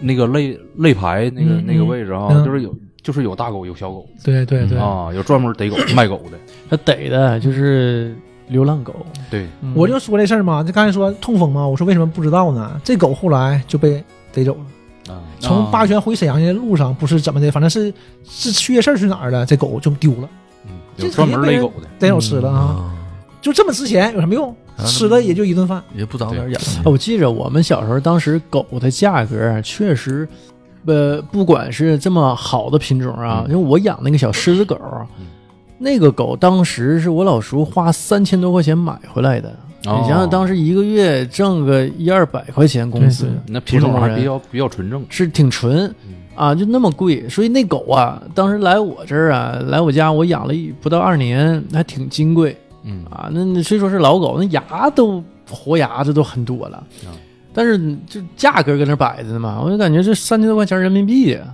S3: 那个肋肋排那个
S2: 嗯
S3: 那个位置啊，
S2: 嗯
S3: 就是有就是有大狗有小狗，
S2: 对对
S4: 对
S3: 啊，有专门逮狗卖狗 的，
S1: 他逮的就是流浪狗，
S3: 对，
S1: 嗯
S2: 我就说这事儿嘛，就刚才说痛风嘛，我说为什么不知道呢？这狗后来就被逮走了，
S3: 啊，
S2: 从
S5: 啊
S2: 鲅鱼圈回沈阳的路上，不是怎么的，反正是是七月事儿去哪儿了，这狗就丢了，
S3: 嗯
S2: 这
S3: 有专门
S2: 肯
S3: 勒
S2: 定被人
S3: 狗的。
S2: 逮着吃了啊！
S4: 啊，
S2: 就这么值钱有什么用？
S4: 啊
S2: 吃了也就一顿饭，
S4: 也不长点眼
S1: 啊我记着我们小时候，当时狗的价格啊确实，呃，不管是这么好的品种啊，
S3: 嗯
S1: 因为我养那个小狮子狗啊
S3: 嗯，
S1: 那个狗当时是我老叔花三千多块钱买回来的。你
S3: 哦啊
S1: 想想，当时一个月挣个一二百块钱工资
S2: 对对，
S3: 那品种
S1: 普通
S3: 还
S1: 人
S3: 比较比较纯正，
S1: 是挺纯
S3: 嗯
S1: 啊，就那么贵，所以那狗啊，当时来我这儿啊，来我家，我养了一不到二年，还挺金贵
S3: 嗯
S1: 啊。那那虽说是老狗，那牙都活牙子都很多了
S3: 啊，
S1: 但是就价格搁那摆着呢嘛，我就感觉这三千多块钱人民币啊，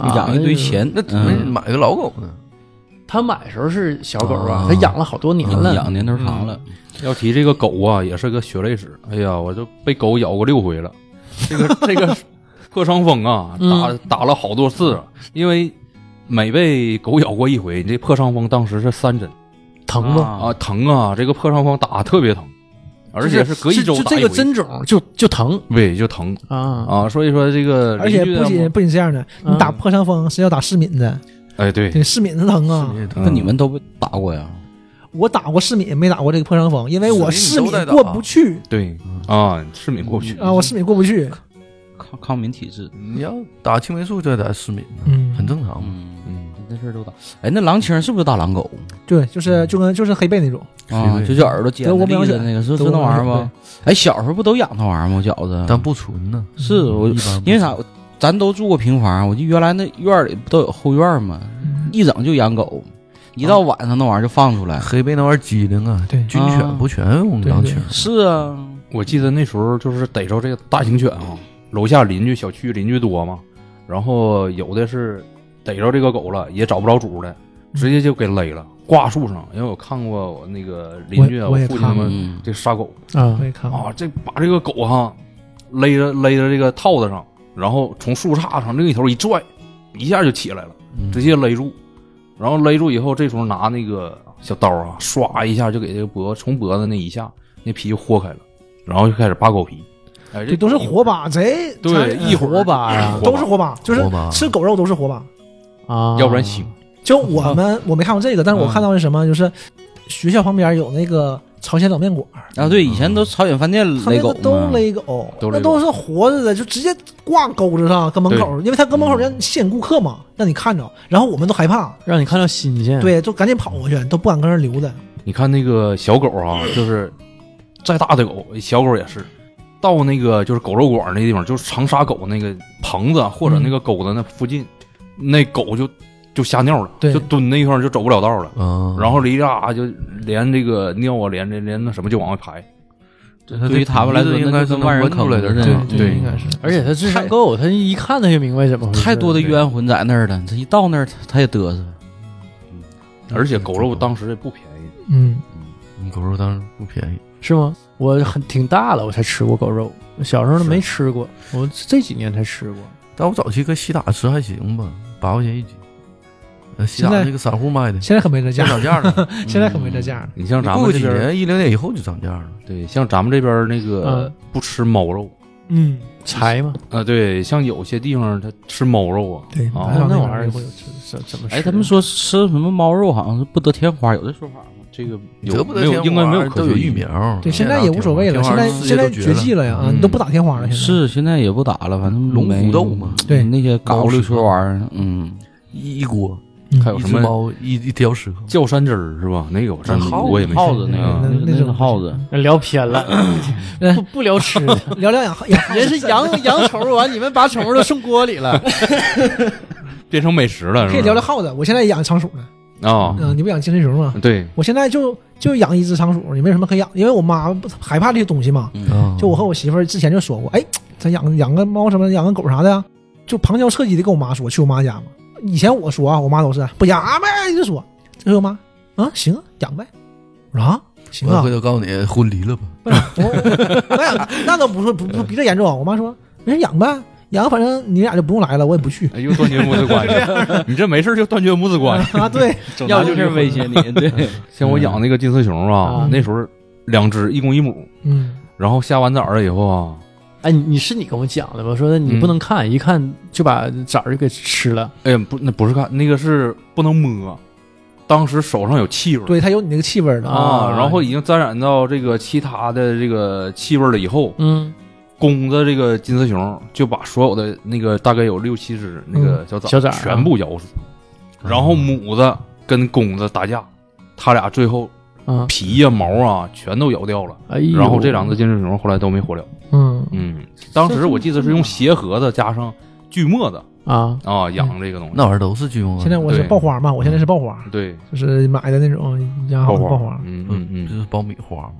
S1: 啊
S5: 养一堆。钱，
S4: 那
S5: 嗯
S4: 买个老狗呢？
S1: 他买的时候是小狗啊
S4: 啊，
S1: 他养了好多年了，
S5: 养年头长了，
S3: 要提这个狗啊，也是个血泪史。哎呀，我就被狗咬过六回了，这个 这个破伤风啊，打
S1: 嗯
S3: 打了好多次啊，因为每被狗咬过一回，你这破伤风当时是三针
S1: 疼吗？
S5: 啊
S3: 啊啊，疼啊，这个破伤风打特别疼，而且是隔一周
S1: 就
S3: 打
S1: 这
S3: 一
S1: 个
S3: 回
S1: 真种哦就就疼
S3: 对就疼
S1: 啊嗯
S3: 啊。所以说这个
S2: 而
S3: 邻
S2: 且
S3: 居
S2: 不
S3: 啊
S2: 仅不仅这样的，你打破伤风是要打市敏的，
S3: 哎对，
S2: 对市敏的疼啊
S4: 你。也疼
S5: 那你们都被打过呀？
S2: 我打过市敏，没打过这个破伤风，因为我市
S4: 市敏都在
S2: 敏
S4: 打
S2: 过不去
S3: 对啊，市民过不去
S2: 啊，我市敏过不去。
S5: 抗抗敏体质，
S4: 你要打青霉素就得打失敏呢，
S2: 嗯
S4: 很正常嘛。
S5: 嗯，
S3: 嗯，
S5: 那事儿都打。哎，那狼青是不是打狼狗
S2: 对，就是就跟就是黑背那种，
S5: 啊？
S4: 对
S5: 就叫耳朵尖的
S2: 德国
S5: 立
S2: 苗
S5: 的
S2: 犬
S5: 那个，是是
S2: 德国
S5: 那玩意儿
S2: 苗犬
S5: 吗？哎，小时候不都养那玩意儿吗？饺
S2: 嗯
S5: 子
S4: 但不纯呢，
S5: 是我
S4: 一般不
S5: 因为啥？咱都住过平房，我就原来那院儿里不都有后院儿吗？
S2: 嗯
S5: 一整就养狗，一到晚上那玩意儿就放出来。
S4: 黑背那玩意儿机灵啊，
S2: 对
S4: 军
S5: 啊
S4: 犬不全用狼犬，
S5: 是啊，
S3: 我记得那时候就是逮着这个大型犬啊，楼下邻居小区邻居多嘛，然后有的是逮着这个狗了也找不着主了，直接就给勒了，挂树上。因为我看过我那个邻居啊，
S2: 我
S3: 我
S2: 我也
S3: 父亲他
S2: 看过
S3: 们
S5: 嗯，
S3: 这杀狗
S1: 啊
S2: 我也看过
S3: 啊，，这把这个狗哈勒着勒着这个套子上，然后从树杈上另一头一拽，一下就起来了，
S2: 嗯
S3: 直接勒住，然后勒住以后，这时候拿那个小刀啊，唰一下就给这个脖从脖子那一下那皮就豁开了，然后就开始扒狗皮，哎，
S2: 这都是活
S3: 扒，
S2: 把贼，
S3: 对，
S2: 才
S3: 一会儿
S1: 活扒呀
S2: 都是活把，就是
S4: 活扒
S2: 吃狗肉都是活把。
S1: 啊，
S3: 要不然行，
S2: 就我们我没看过这个，但是我看到的是什么，就是学校旁边有那个朝鲜冷面馆儿，
S5: 啊，对，以前都朝鲜饭店
S2: 他那
S5: 勒
S2: 个
S5: 狗嗯
S2: 都
S5: 嘛，
S2: 勒狗，
S3: 都
S2: 那
S3: 勒
S2: 都
S3: 狗
S2: 是活着的，就直接挂钩子上，跟门口，因为他跟门口让吸引顾客嘛，让你看着，然后我们都害怕，
S1: 让你看到新鲜。，
S2: 对，就赶紧跑过去，都不敢跟人留的。
S3: 你看那个小狗啊， 就是再大的狗，小狗也是。到那个就是狗肉馆那地方，就是长沙狗那个棚子或者
S4: 嗯
S3: 那个狗的那附近，那狗就就吓尿了，
S2: 对
S3: 就蹲那地方就走不了道了，
S4: 啊，
S3: 然后离拉就连这个尿啊，连这连那什么就往外排。
S5: 这对于他们来说，
S4: 应该
S5: 那
S4: 是
S5: 就
S4: 能
S5: 跟万人
S4: 闻
S5: 坑
S4: 出来
S5: 似
S4: 的，
S5: 的
S4: 这样
S3: 对对
S4: 应该是。
S1: 而且他智商够，他一看他就明白怎么回事。
S5: 太多的冤魂在那儿了，这一到那儿他他也嘚瑟。
S3: 而且狗肉当时也不便宜，
S2: 嗯，
S4: 嗯狗肉当然不便宜，
S1: 是吗？我很挺大了，我才吃过狗肉，小时候都没吃过，我这几年才吃过。
S4: 但我早期搁西打吃还行吧，八块钱一斤。呃，西
S2: 现
S4: 打
S2: 在
S4: 这个散户卖的，
S2: 现在可没这价
S4: 先，涨价了，
S2: 现在可没这价了。
S3: 你像咱
S4: 过
S3: 们
S4: 几
S3: 这边，
S4: 年一零年以后就涨价了。
S3: 对，像咱们这边那个
S1: 嗯
S3: 不吃猫肉
S2: 嗯，
S1: 柴吗？
S3: 啊，对，像有些地方它吃猫肉啊，
S2: 对，
S3: 啊
S2: 南方
S1: 哦那
S2: 边
S1: 玩意儿
S2: 会有
S1: 怎怎么吃？
S5: 哎，他们说吃什么猫肉好像是不得天花，有这说法吗？
S3: 这个有
S4: 得不得
S3: 没有
S4: 天
S3: 应该
S4: 花
S3: 没有科
S4: 都
S3: 学
S4: 有
S3: 意义
S4: 疫苗，
S2: 对，现在也无所谓了，现在现在绝迹
S4: 了。
S2: 了呀，啊
S3: 嗯
S2: 你都不打天花了，现在
S5: 是，现在也不打了，反正
S4: 龙
S5: 没
S4: 骨斗嘛
S2: 对
S5: 那些嘎咕溜球玩意儿，嗯，
S4: 一一锅，
S3: 还有
S4: 一
S3: 什
S4: 只
S3: 么
S4: 猫，一一条蛇，
S3: 叫山汁儿是吧？那个我真
S5: 耗
S3: 我也没
S5: 耗
S3: 吃
S5: 子那
S3: 嗯
S5: 个
S2: 那
S5: 那
S2: 那
S5: 个
S2: 种
S5: 耗子，
S1: 聊偏 了，不不聊吃的，
S2: 聊聊养养
S1: 人是养养宠物，完你们把宠物都送锅里了。
S3: 变成美食了，是吧
S2: 可以聊聊耗子，我现在也养仓鼠呢，
S3: 啊、
S2: 嗯，你不养金丝熊吗？
S3: 对，
S2: 我现在就就养一只仓鼠，也没什么可养，因为我妈不害怕这些东西嘛。
S5: 嗯，
S2: 就我和我媳妇儿之前就说过，哎，咱养养个猫什么，养个狗啥的呀，就旁敲侧击的跟我妈说，去我妈家嘛。以前我说啊，我妈都是不养呗，就说，这回我妈啊行啊养呗，我说啊行
S4: 我
S2: 啊
S4: 回，头告诉你婚离了吧，
S2: 不是我我那养那倒不是不不比这严重，我妈说没事养呗，养反正你俩就不用来了，我也不去
S3: 哎又断绝母子关系，你这没事就断绝母子关系。
S2: 啊，对，
S5: 要就是威胁你， 对，
S3: 像我养那个金丝熊啊，
S1: 嗯
S3: 那时候两只一公一母，
S2: 嗯，
S3: 然后下完崽儿了以后啊，
S1: 哎，你你是你跟我讲的吧？说你不能看，一看就把崽儿给吃了。
S3: 哎呀不，那不是看那个是不能摸，当时手上有气味儿
S2: 对，它有你那个气味儿的，
S3: 啊，
S1: 啊
S3: 然后已经沾染到这个其他的这个气味儿了以后，
S1: 嗯，
S3: 公的这个金丝熊就把所有的那个大概有六七只那
S2: 嗯
S3: 个小崽、
S1: 小崽儿啊
S3: 全部咬死，然后母的跟公的打架，他俩最后
S1: 啊，
S3: 皮呀、毛啊全都咬掉了。
S1: 哎呦，
S3: 然后这两只金丝熊后来都没活了。
S2: 嗯，
S3: 嗯，当时我记得是用鞋盒子加上锯末子
S1: 啊，
S3: 啊养这个东西。
S4: 那玩意儿都是军用
S2: 嗯
S4: 啊。
S2: 现在我是
S3: 对
S2: 爆花嘛，我现在是爆花，
S3: 对，
S2: 就是买的那种养好的爆花，
S3: 嗯嗯
S4: 嗯就
S3: 嗯。
S4: 是苞米花嘛，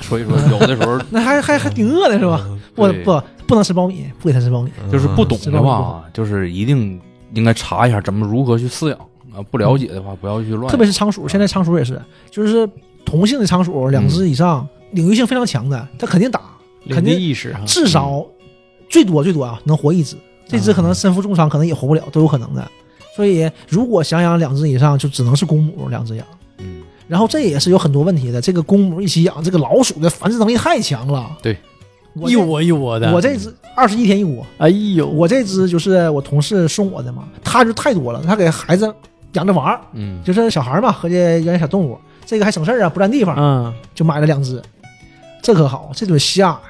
S3: 所以说有的 时候
S2: 那还还还挺饿的是
S1: 嗯
S2: 吧？不
S3: 对
S2: 不不能吃苞米，不给它吃苞米。
S3: 就是不懂
S2: 嗯知
S3: 的
S2: 道不
S3: 话，就是一定应该查一下怎么如何去饲养啊。不了解的话，不要去乱。
S2: 特别是仓鼠，现在仓鼠也是，就是同性的仓鼠
S1: 嗯
S2: 两只以上，领域性非常强的，它肯定打，
S1: 啊
S2: 肯
S1: 领地
S2: 定
S1: 意识哈，
S2: 至
S1: 嗯
S2: 少最多最多啊能活一只，这只
S1: 啊
S2: 可能身负重伤，可能也活不了，都有可能的。所以如果想养两只以上，就只能是公母两只养。
S3: 嗯，
S2: 然后这也是有很多问题的。这个公母一起养，这个老鼠的繁殖能力太强了。
S3: 对，
S2: 我
S1: 一
S2: 这
S1: 窝一窝的。
S2: 我这只二十一天一窝，
S1: 哎呦，
S2: 我这只就是我同事送我的嘛，他就太多了，他给孩子养着玩儿，
S3: 嗯
S2: 就是小孩儿嘛，合计养点小动物，这个还省事儿啊，不占地方，
S1: 嗯，
S2: 就买了两只，这可好，这顿下呀，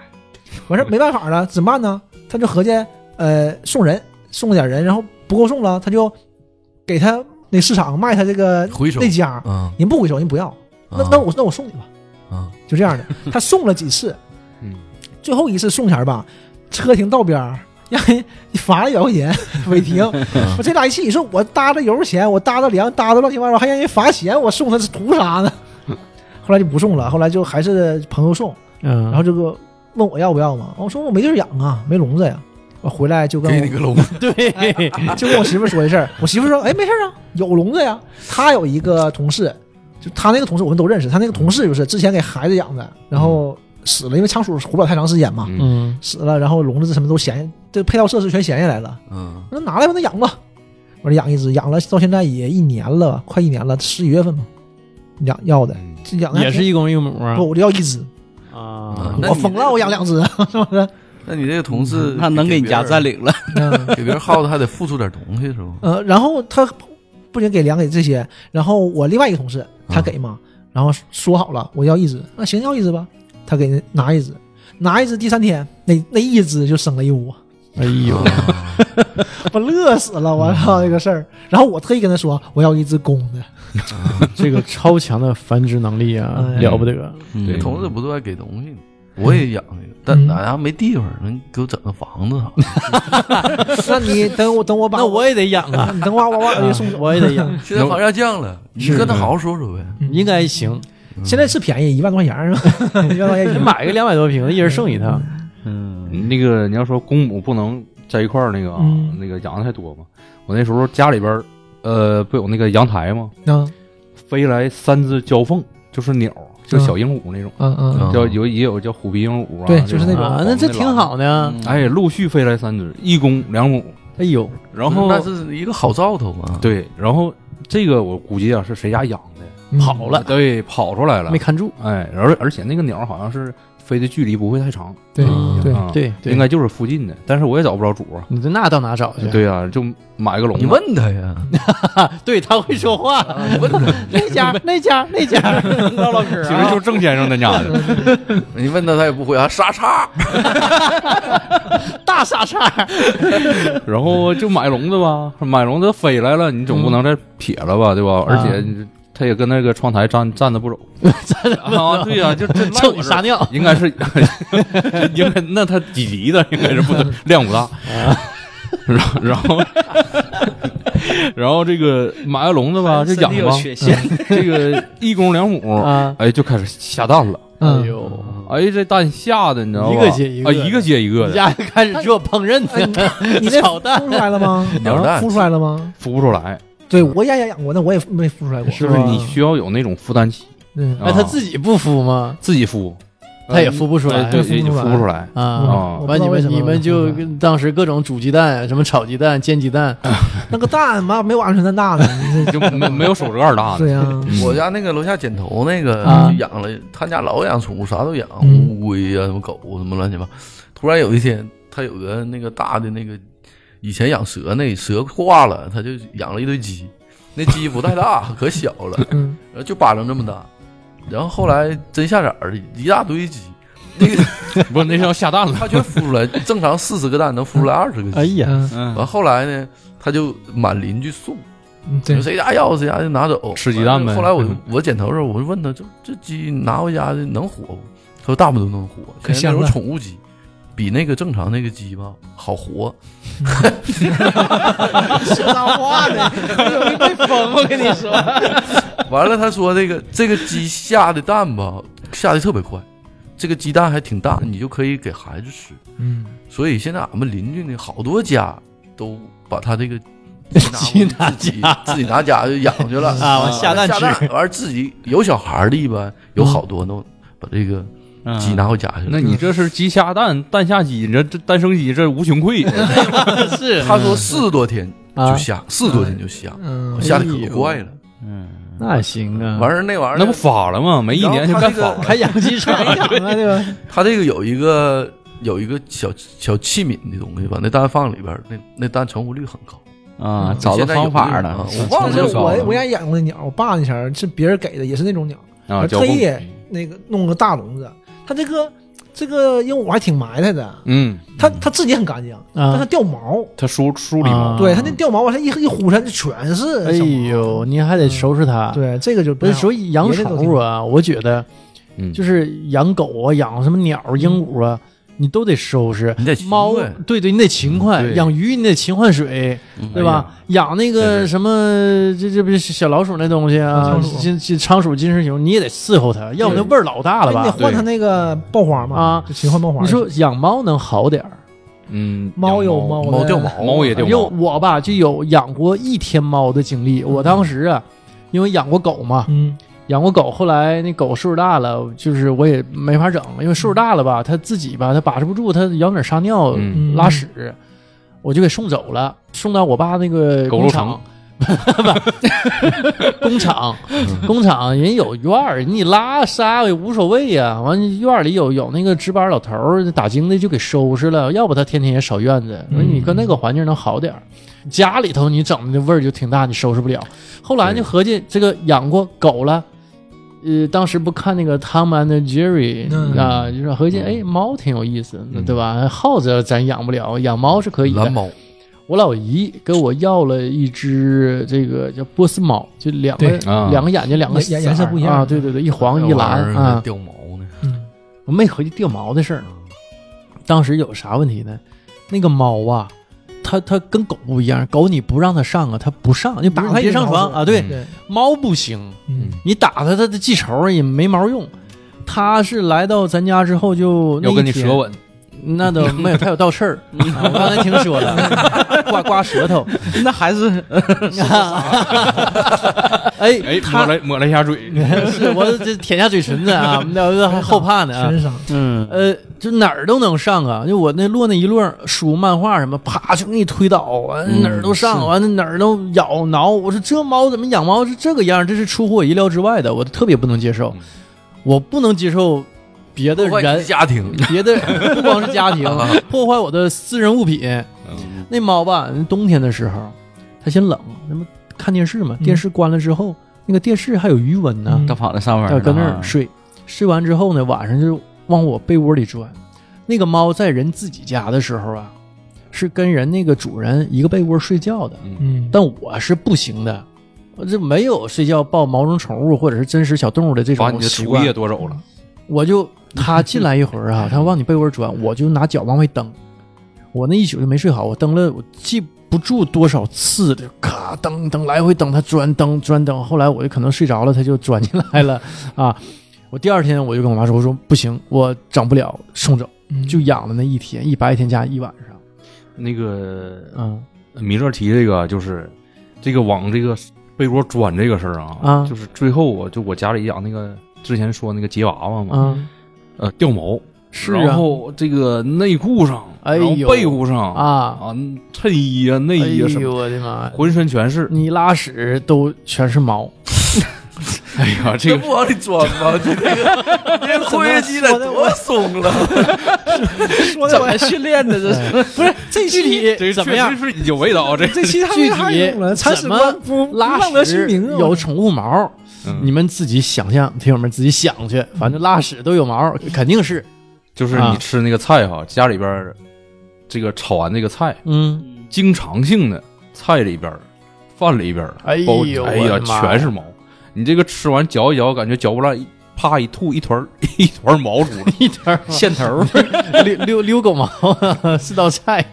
S2: 完事儿没办法了，怎么办呢？他就合计呃送人，送了点人，然后不够送了，他就给他那市场卖他这个
S4: 回收
S2: 那家，
S4: 啊，
S2: 您不回收您不要，那那我那我送你吧，
S4: 啊，
S2: 就这样的，他送了几次，
S3: 嗯，
S2: 最后一次送前吧，车停道边儿，让人 罚了一百块钱 违停。
S4: 嗯
S2: 我这俩一气，你说我搭着油钱，我搭着粮，搭着乱七八糟，还让人罚钱，我送他是图啥 呢？后来就不送了，后来就还是朋友送，
S1: 嗯，
S2: 然后这个问我要不要嘛，我说我没地儿养啊，没笼子呀。我回来就跟
S4: 给
S2: 我
S4: 你个笼，
S1: 对，
S2: 就跟我媳妇儿说这事儿， 我媳妇儿说，哎，没事儿啊，有笼子呀。她有一个同事，就她那个同事我们都认识，她那个同事就是之前给孩子养的，然后死了，因为仓鼠活不了太长时间嘛，
S3: 嗯
S1: 嗯
S2: 死了，然后笼子什么都闲，这配套设施全闲下来了。
S4: 嗯
S2: 我说拿来吧，那养吧。我说养一只，养了到现在也一年了，快一年了，十一月份嘛，养要的，
S3: 嗯
S2: 这养的还
S1: 也是一公一母啊
S2: 不，我就要一只，
S1: 啊
S4: 那
S2: 我
S4: 你
S2: 疯
S4: 这
S2: 了，我养两只，是不是？
S4: 那你这个同事
S5: 那能给你家占
S4: 领，
S5: 领了。
S2: 嗯。
S4: 给别人耗的还得付出点东西是吧？
S2: 呃，然后他不仅给粮给这些，然后我另外一个同
S1: 啊
S2: 事他给嘛，然后说好了我要一只，那行要一只吧，他给拿一只，拿一只第三天那那一只就生了一窝，
S1: 哎呦，
S4: 啊
S2: 我乐死了，
S1: 嗯
S2: 我操这个事儿。然后我特意跟他说我要一只公的，
S1: 这个超强的繁殖能力啊，
S2: 哎
S1: 了不得！
S5: 嗯
S3: 对
S4: 同事不都爱给东西呢？我也养一个，但
S2: 嗯
S4: 俺家没地方，能给我整个房子
S2: 那
S4: 啥？
S2: 你等我等我把
S1: 那我也得养啊，
S2: 你等我把我把我给送走，
S1: 我也得养，
S4: 现在房价降了， 你跟他好好说说呗。
S1: 应该行。
S2: 现在是便宜一万多块钱是吧？ 一万多块
S1: 你
S2: 钱
S1: 买个两百多平的，一人送一套。
S5: 嗯，
S3: 那个你要说公母不能在一块儿那个啊，
S2: 嗯
S3: 那个养的太多嘛。我那时候家里边儿呃不有那个阳台吗？
S2: 嗯
S3: 飞来三只交凤，就是鸟，就小鹦鹉那种，
S2: 嗯嗯
S4: 嗯
S3: 叫有也有叫虎皮鹦鹉啊，
S2: 对就是那
S3: 这
S2: 种
S1: 啊，那这挺。好的啊。
S3: 哎，陆续飞来三只，一公两母，
S1: 哎呦，
S3: 然后
S4: 嗯那是一个好兆头嘛。
S3: 对，然后这个我估计啊是谁家养的，
S2: 嗯，
S1: 跑了，
S3: 对，跑出来了
S1: 没，看住。
S3: 哎，而而且那个鸟好像是飞的距离不会太长，
S2: 对
S4: 嗯
S2: 对，
S3: 啊
S1: 对对
S3: 应该就是附近的，但是我也找不着主啊。
S1: 你这那到哪找去？
S3: 对啊，就买个笼
S4: 你
S3: 子，
S4: 问他呀，
S1: 对，他会说话。
S4: 你问他，
S1: 那家那家那家，唠唠嗑
S3: 其实就是郑先生 他家的，
S4: 你问他，他也不回答。傻叉，
S1: 大傻叉。
S3: 然后就买笼子吧，买笼子飞来了，你总不能再撇了吧，对
S1: 啊
S3: 吧？而且它也跟那个窗台站站着不走， 站着啊，对呀，就这赖
S1: 臭
S3: 我
S1: 你
S3: 这
S1: 撒尿，
S3: 应该是 应该那它几级的应该是不得 量
S1: 啊
S3: 不大，然后然后 然后这个买个笼子
S1: 哎
S3: 吧，啊就养吧，
S5: 限，
S3: 这个一公两母
S1: 啊，
S3: 哎就开始下蛋了，
S1: 哎
S2: 嗯，
S1: 呦，
S3: 哎这蛋下的你知道吧？
S1: 一个接一个
S3: 啊，一个接一个
S1: 你
S3: 的，
S1: 家开始做烹饪
S2: 哎
S1: 的，
S2: 你那
S1: 炒蛋
S2: 孵出来了吗？
S4: 鸟蛋
S2: 孵出来了吗？
S3: 孵不出来，
S2: 对我也养过，那我也没孵出来过。
S3: 就是你需要有那种负担期，
S2: 嗯
S1: 哎，
S3: 啊
S1: 他自己不敷吗？
S3: 自己孵，
S1: 他也孵不出来
S3: 哎对，
S2: 孵不
S3: 也
S2: 出来
S3: 孵不出来。
S1: 啊。
S3: 啊
S2: 嗯哦我不
S1: 完
S2: 知道
S1: 你
S2: 为什
S1: 们
S2: 么
S1: 你们就
S2: 嗯
S1: 跟当时各种煮鸡蛋，什么炒鸡蛋、煎鸡蛋，
S2: 那个蛋妈没有鹌鹑蛋大呢，你
S3: 就没没有手指盖大嗯的，
S2: 这对啊呀，
S4: 我家那个楼下剪头那个
S1: 啊
S4: 就养了，他家老养宠物，啥都养，
S2: 嗯
S4: 乌龟啊呀、什么狗什么乱七八。突然有一天，他有个那个大的那个，以前养蛇那蛇挂了，他就养了一堆鸡，那鸡不太大，可小 了，
S2: 嗯，
S4: 然后就巴掌这么大。然后后来真下崽儿，一大堆鸡，那个
S3: 不是那是要下蛋了。
S4: 他全孵出来，正常四十个蛋能孵出来二十个鸡。
S1: 哎呀，
S2: 嗯
S4: 完后来呢，他就满邻居送，
S2: 嗯
S4: 就
S2: 对，
S4: 谁家要谁家就拿走，
S3: 吃鸡蛋呗嗯
S4: 后来我就我剪头的时候，我就问他，这这鸡拿回家的能活不？他说大部分都能活，
S2: 可
S4: 现在
S3: 啊
S2: 香
S4: 那
S2: 了
S4: 种宠物鸡。比那个正常那个鸡吧好活，
S2: 说脏话呢，被封，我跟你说，
S4: 完了他说这个这个鸡下的蛋吧下的特别快，这个鸡蛋还挺大，你就可以给孩子吃。
S2: 嗯，
S4: 所以现在俺们邻居呢好多家都把他这个
S1: 鸡拿
S4: 自己自己拿家就养去了
S1: 啊往下蛋
S4: 下
S1: 吃
S4: 蛋完自己有小孩儿的一般有好多都把这个鸡拿回家去了。
S3: 那你这是鸡下蛋，蛋下鸡，你这这蛋生鸡，这无 穷匮。
S1: 是
S4: 他说四十多天
S1: 啊
S4: 就下，四十多天就下，
S2: 嗯，
S4: 下的可快了。
S5: 嗯，
S1: 那行啊，
S4: 完事儿那玩意儿
S3: 那不发了吗？没一年就干发
S4: 然后
S3: 了，
S1: 还养鸡场
S2: 养啊，对吧？
S4: 它这个有一个有一个小小器皿的东西，把那蛋放里边儿，那那蛋成活率很高。
S5: 啊，
S4: 嗯
S5: 找到
S4: 现在有
S5: 方法
S4: 这
S5: 了
S4: 个，我
S2: 但
S4: 忘了
S2: 是
S4: 这个
S2: 我我家养过的鸟，我爸那前儿是别人给的，也是那种鸟，
S3: 啊，交
S2: 特
S3: 工
S2: 意那个弄个大笼子。它这个这个鹦鹉还挺埋汰的，
S3: 嗯，
S2: 它它自己很干净，但它掉毛，
S3: 他梳梳理
S1: 啊
S3: 嘛，
S2: 对它那掉毛往上一一呼扇，全是。
S1: 哎，呦，你还得收拾它。，
S2: 对这个就
S1: 不是说
S2: 以
S1: 养宠物啊，我觉得
S3: 嗯，
S1: 就是养狗啊，养什么鸟、鹦鹉啊，你都得收拾。
S4: 你得勤
S1: 猫啊
S4: 快，
S1: 对对，你得勤快；
S3: 嗯对
S1: 养鱼你得勤换水，
S5: 嗯
S1: 对吧？养那
S3: 真
S1: 个
S3: 是
S1: 什么，这这不是小老鼠那东西啊
S2: 仓鼠，
S1: 金金仓鼠、金丝熊，你也得伺候它，要不哎那味儿老大了
S2: 你得
S1: 吧？
S2: 换它哎那个爆花嘛，
S1: 啊
S2: 就勤换爆花。
S1: 你说养猫能好点儿？
S3: 嗯，
S2: 猫有
S3: 养猫
S2: 猫
S4: 猫
S2: 的
S4: 掉毛，
S3: 猫也掉
S1: 因为
S3: 毛，
S1: 我吧就有养过一天猫的经历。我当时啊，因为养过狗嘛，
S2: 嗯，
S1: 养过狗，后来那狗岁数大了，就是我也没法整，因为岁数大了吧，它自己吧，它把持不住，它咬哪儿撒尿、
S3: 嗯
S1: 拉屎，我就给送走了，送到我爸那个
S3: 狗
S1: 工
S3: 肉
S1: 厂
S3: 城。
S1: 不 工厂，
S3: 嗯
S1: 工厂人有院儿，你拉撒也无所谓呀、完院儿里有有那个值班老头儿打更的就给收拾了，要不他天天也扫院子。
S2: 嗯
S1: 说你搁那个环境能好点儿，家里头你整的味儿就挺大，你收拾不了。后来呢，
S3: 对
S1: 合计这个养过狗了。呃，当时不看那个《Tom and Jerry
S2: 嗯》
S1: 啊，就说合计，哎，猫挺有意思，对吧？耗子咱养不了，养猫是可以的。
S4: 蓝猫，
S1: 我老姨给我要了一只这个叫波斯猫，就两个
S2: 对
S3: 啊
S1: 两个眼睛两个
S2: 颜颜色不一样
S1: 啊，对对对，一黄一蓝
S4: 那玩意儿
S1: 啊，
S4: 掉毛呢。
S1: 我没合计掉毛的事儿。当时有啥问题呢？那个猫啊，它它跟狗不一样，狗你不让它上啊，它不上，你打
S2: 不
S1: 它
S2: 是
S1: 也上
S2: 老
S1: 床
S2: 鼠
S1: 啊。对，
S2: 对，
S1: 猫不行，
S2: 嗯，
S1: 你打它它它记仇也没毛用。它是来到咱家之后就那
S3: 要
S1: 一
S3: 跟你
S1: 天
S3: 舌吻，
S1: 那 倒没有，它有倒刺儿，啊我刚才听说 了，刮刮舌头。
S5: 那 还是
S1: 哎
S3: 哎，抹
S1: 他
S3: 了抹了一下嘴，
S1: 是我这舔下嘴唇子啊，那我还后怕呢啊
S2: 全。是伤。
S5: 嗯
S1: 呃，就哪儿都能上啊！就我那落那一摞书、漫画什么，啪就给你推倒，完、
S5: 嗯
S1: 哪儿都上，啊
S5: 是
S1: 完了哪儿都咬挠。我说这猫怎么养猫是这个样儿？这是出乎我意料之外的，我特别不能接受
S3: 嗯。
S1: 我不能接受别的
S4: 破坏你
S1: 人，
S4: 家庭，
S1: 别的不光是家庭
S4: 啊
S1: 破坏我的私人物品。
S3: 嗯
S1: 那猫吧，冬天的时候它嫌冷，那不看电视嘛，
S2: 嗯
S1: 电视关了之后，那个电视还有余温呢。
S2: 嗯
S5: 他跑到上面
S1: 要
S5: 了，
S1: 搁那儿睡，睡完之后呢，晚上就往我被窝里钻。那个猫在人自己家的时候啊，是跟人那个主人一个被窝睡觉的，
S2: 嗯，
S1: 但我是不行的，我这没有睡觉抱毛绒宠物或者是真实小动物的这
S3: 把你
S1: 种
S3: 的
S1: 习
S3: 厨
S1: 惯
S3: 艺。夺走了，
S1: 我就它进来一会 儿啊，它往你被窝钻，我就拿脚往外蹬，我那一宿就没睡好，我蹬了，我记不住多少次的，咔蹬蹬来回蹬，它钻蹬钻蹬，后来我就可能睡着了，它就钻进来了 啊。我第二天我就跟我妈说，我说不行，我整不了，送走，
S2: 嗯
S1: 就养了那一天，一白天加一晚上，
S3: 那个
S1: 嗯
S3: 米勒提这个就是这个往这个被窝钻这个事儿啊，
S1: 啊
S3: 就是最后我就我家里养那个之前说那个吉娃娃嘛，
S1: 啊，
S3: 呃掉毛，
S1: 是
S3: 然
S1: 啊
S3: 后这个内裤上，
S1: 哎
S3: 然后
S1: 呦
S3: 被窝上
S1: 啊，
S3: 啊，衬衣啊、内
S1: 哎
S3: 衣啊什
S1: 呦
S3: 么，
S1: 我的妈呀！
S3: 浑身全是。
S1: 你拉屎都全是毛，
S3: 哎呀，这
S4: 这
S3: 个
S4: 不往里钻吗？你 这个，你这扩音机得多松了，
S2: 说的我
S5: 训练的这
S1: 哎
S5: 是
S2: 不是这
S1: 具
S2: 期
S1: 体怎么样？
S3: 是有味道，啊 这
S2: 这期他
S1: 具
S2: 们太
S1: 体
S2: 用了，铲屎
S1: 怎么
S2: 官不不
S1: 拉
S2: 浪得虚
S1: 屎
S2: 名啊！
S1: 有宠物毛，你
S3: 嗯
S1: 们自己想象，听友们自己想去，反正拉屎都有毛，肯定是，
S3: 就是
S1: 啊
S3: 你吃那个菜哈，家里边儿这个炒完这个菜，
S1: 嗯，
S3: 经常性的菜里边儿、饭里边儿，
S1: 哎呦
S3: 包
S1: 我的
S3: 哎呀，
S1: 妈呀
S3: 全是毛。你这个吃完嚼一嚼，感觉嚼不烂，一啪一吐，一团儿 一团儿毛出来，
S1: 一点 儿
S3: 线头儿。
S1: 嗯 溜溜溜狗毛是道菜，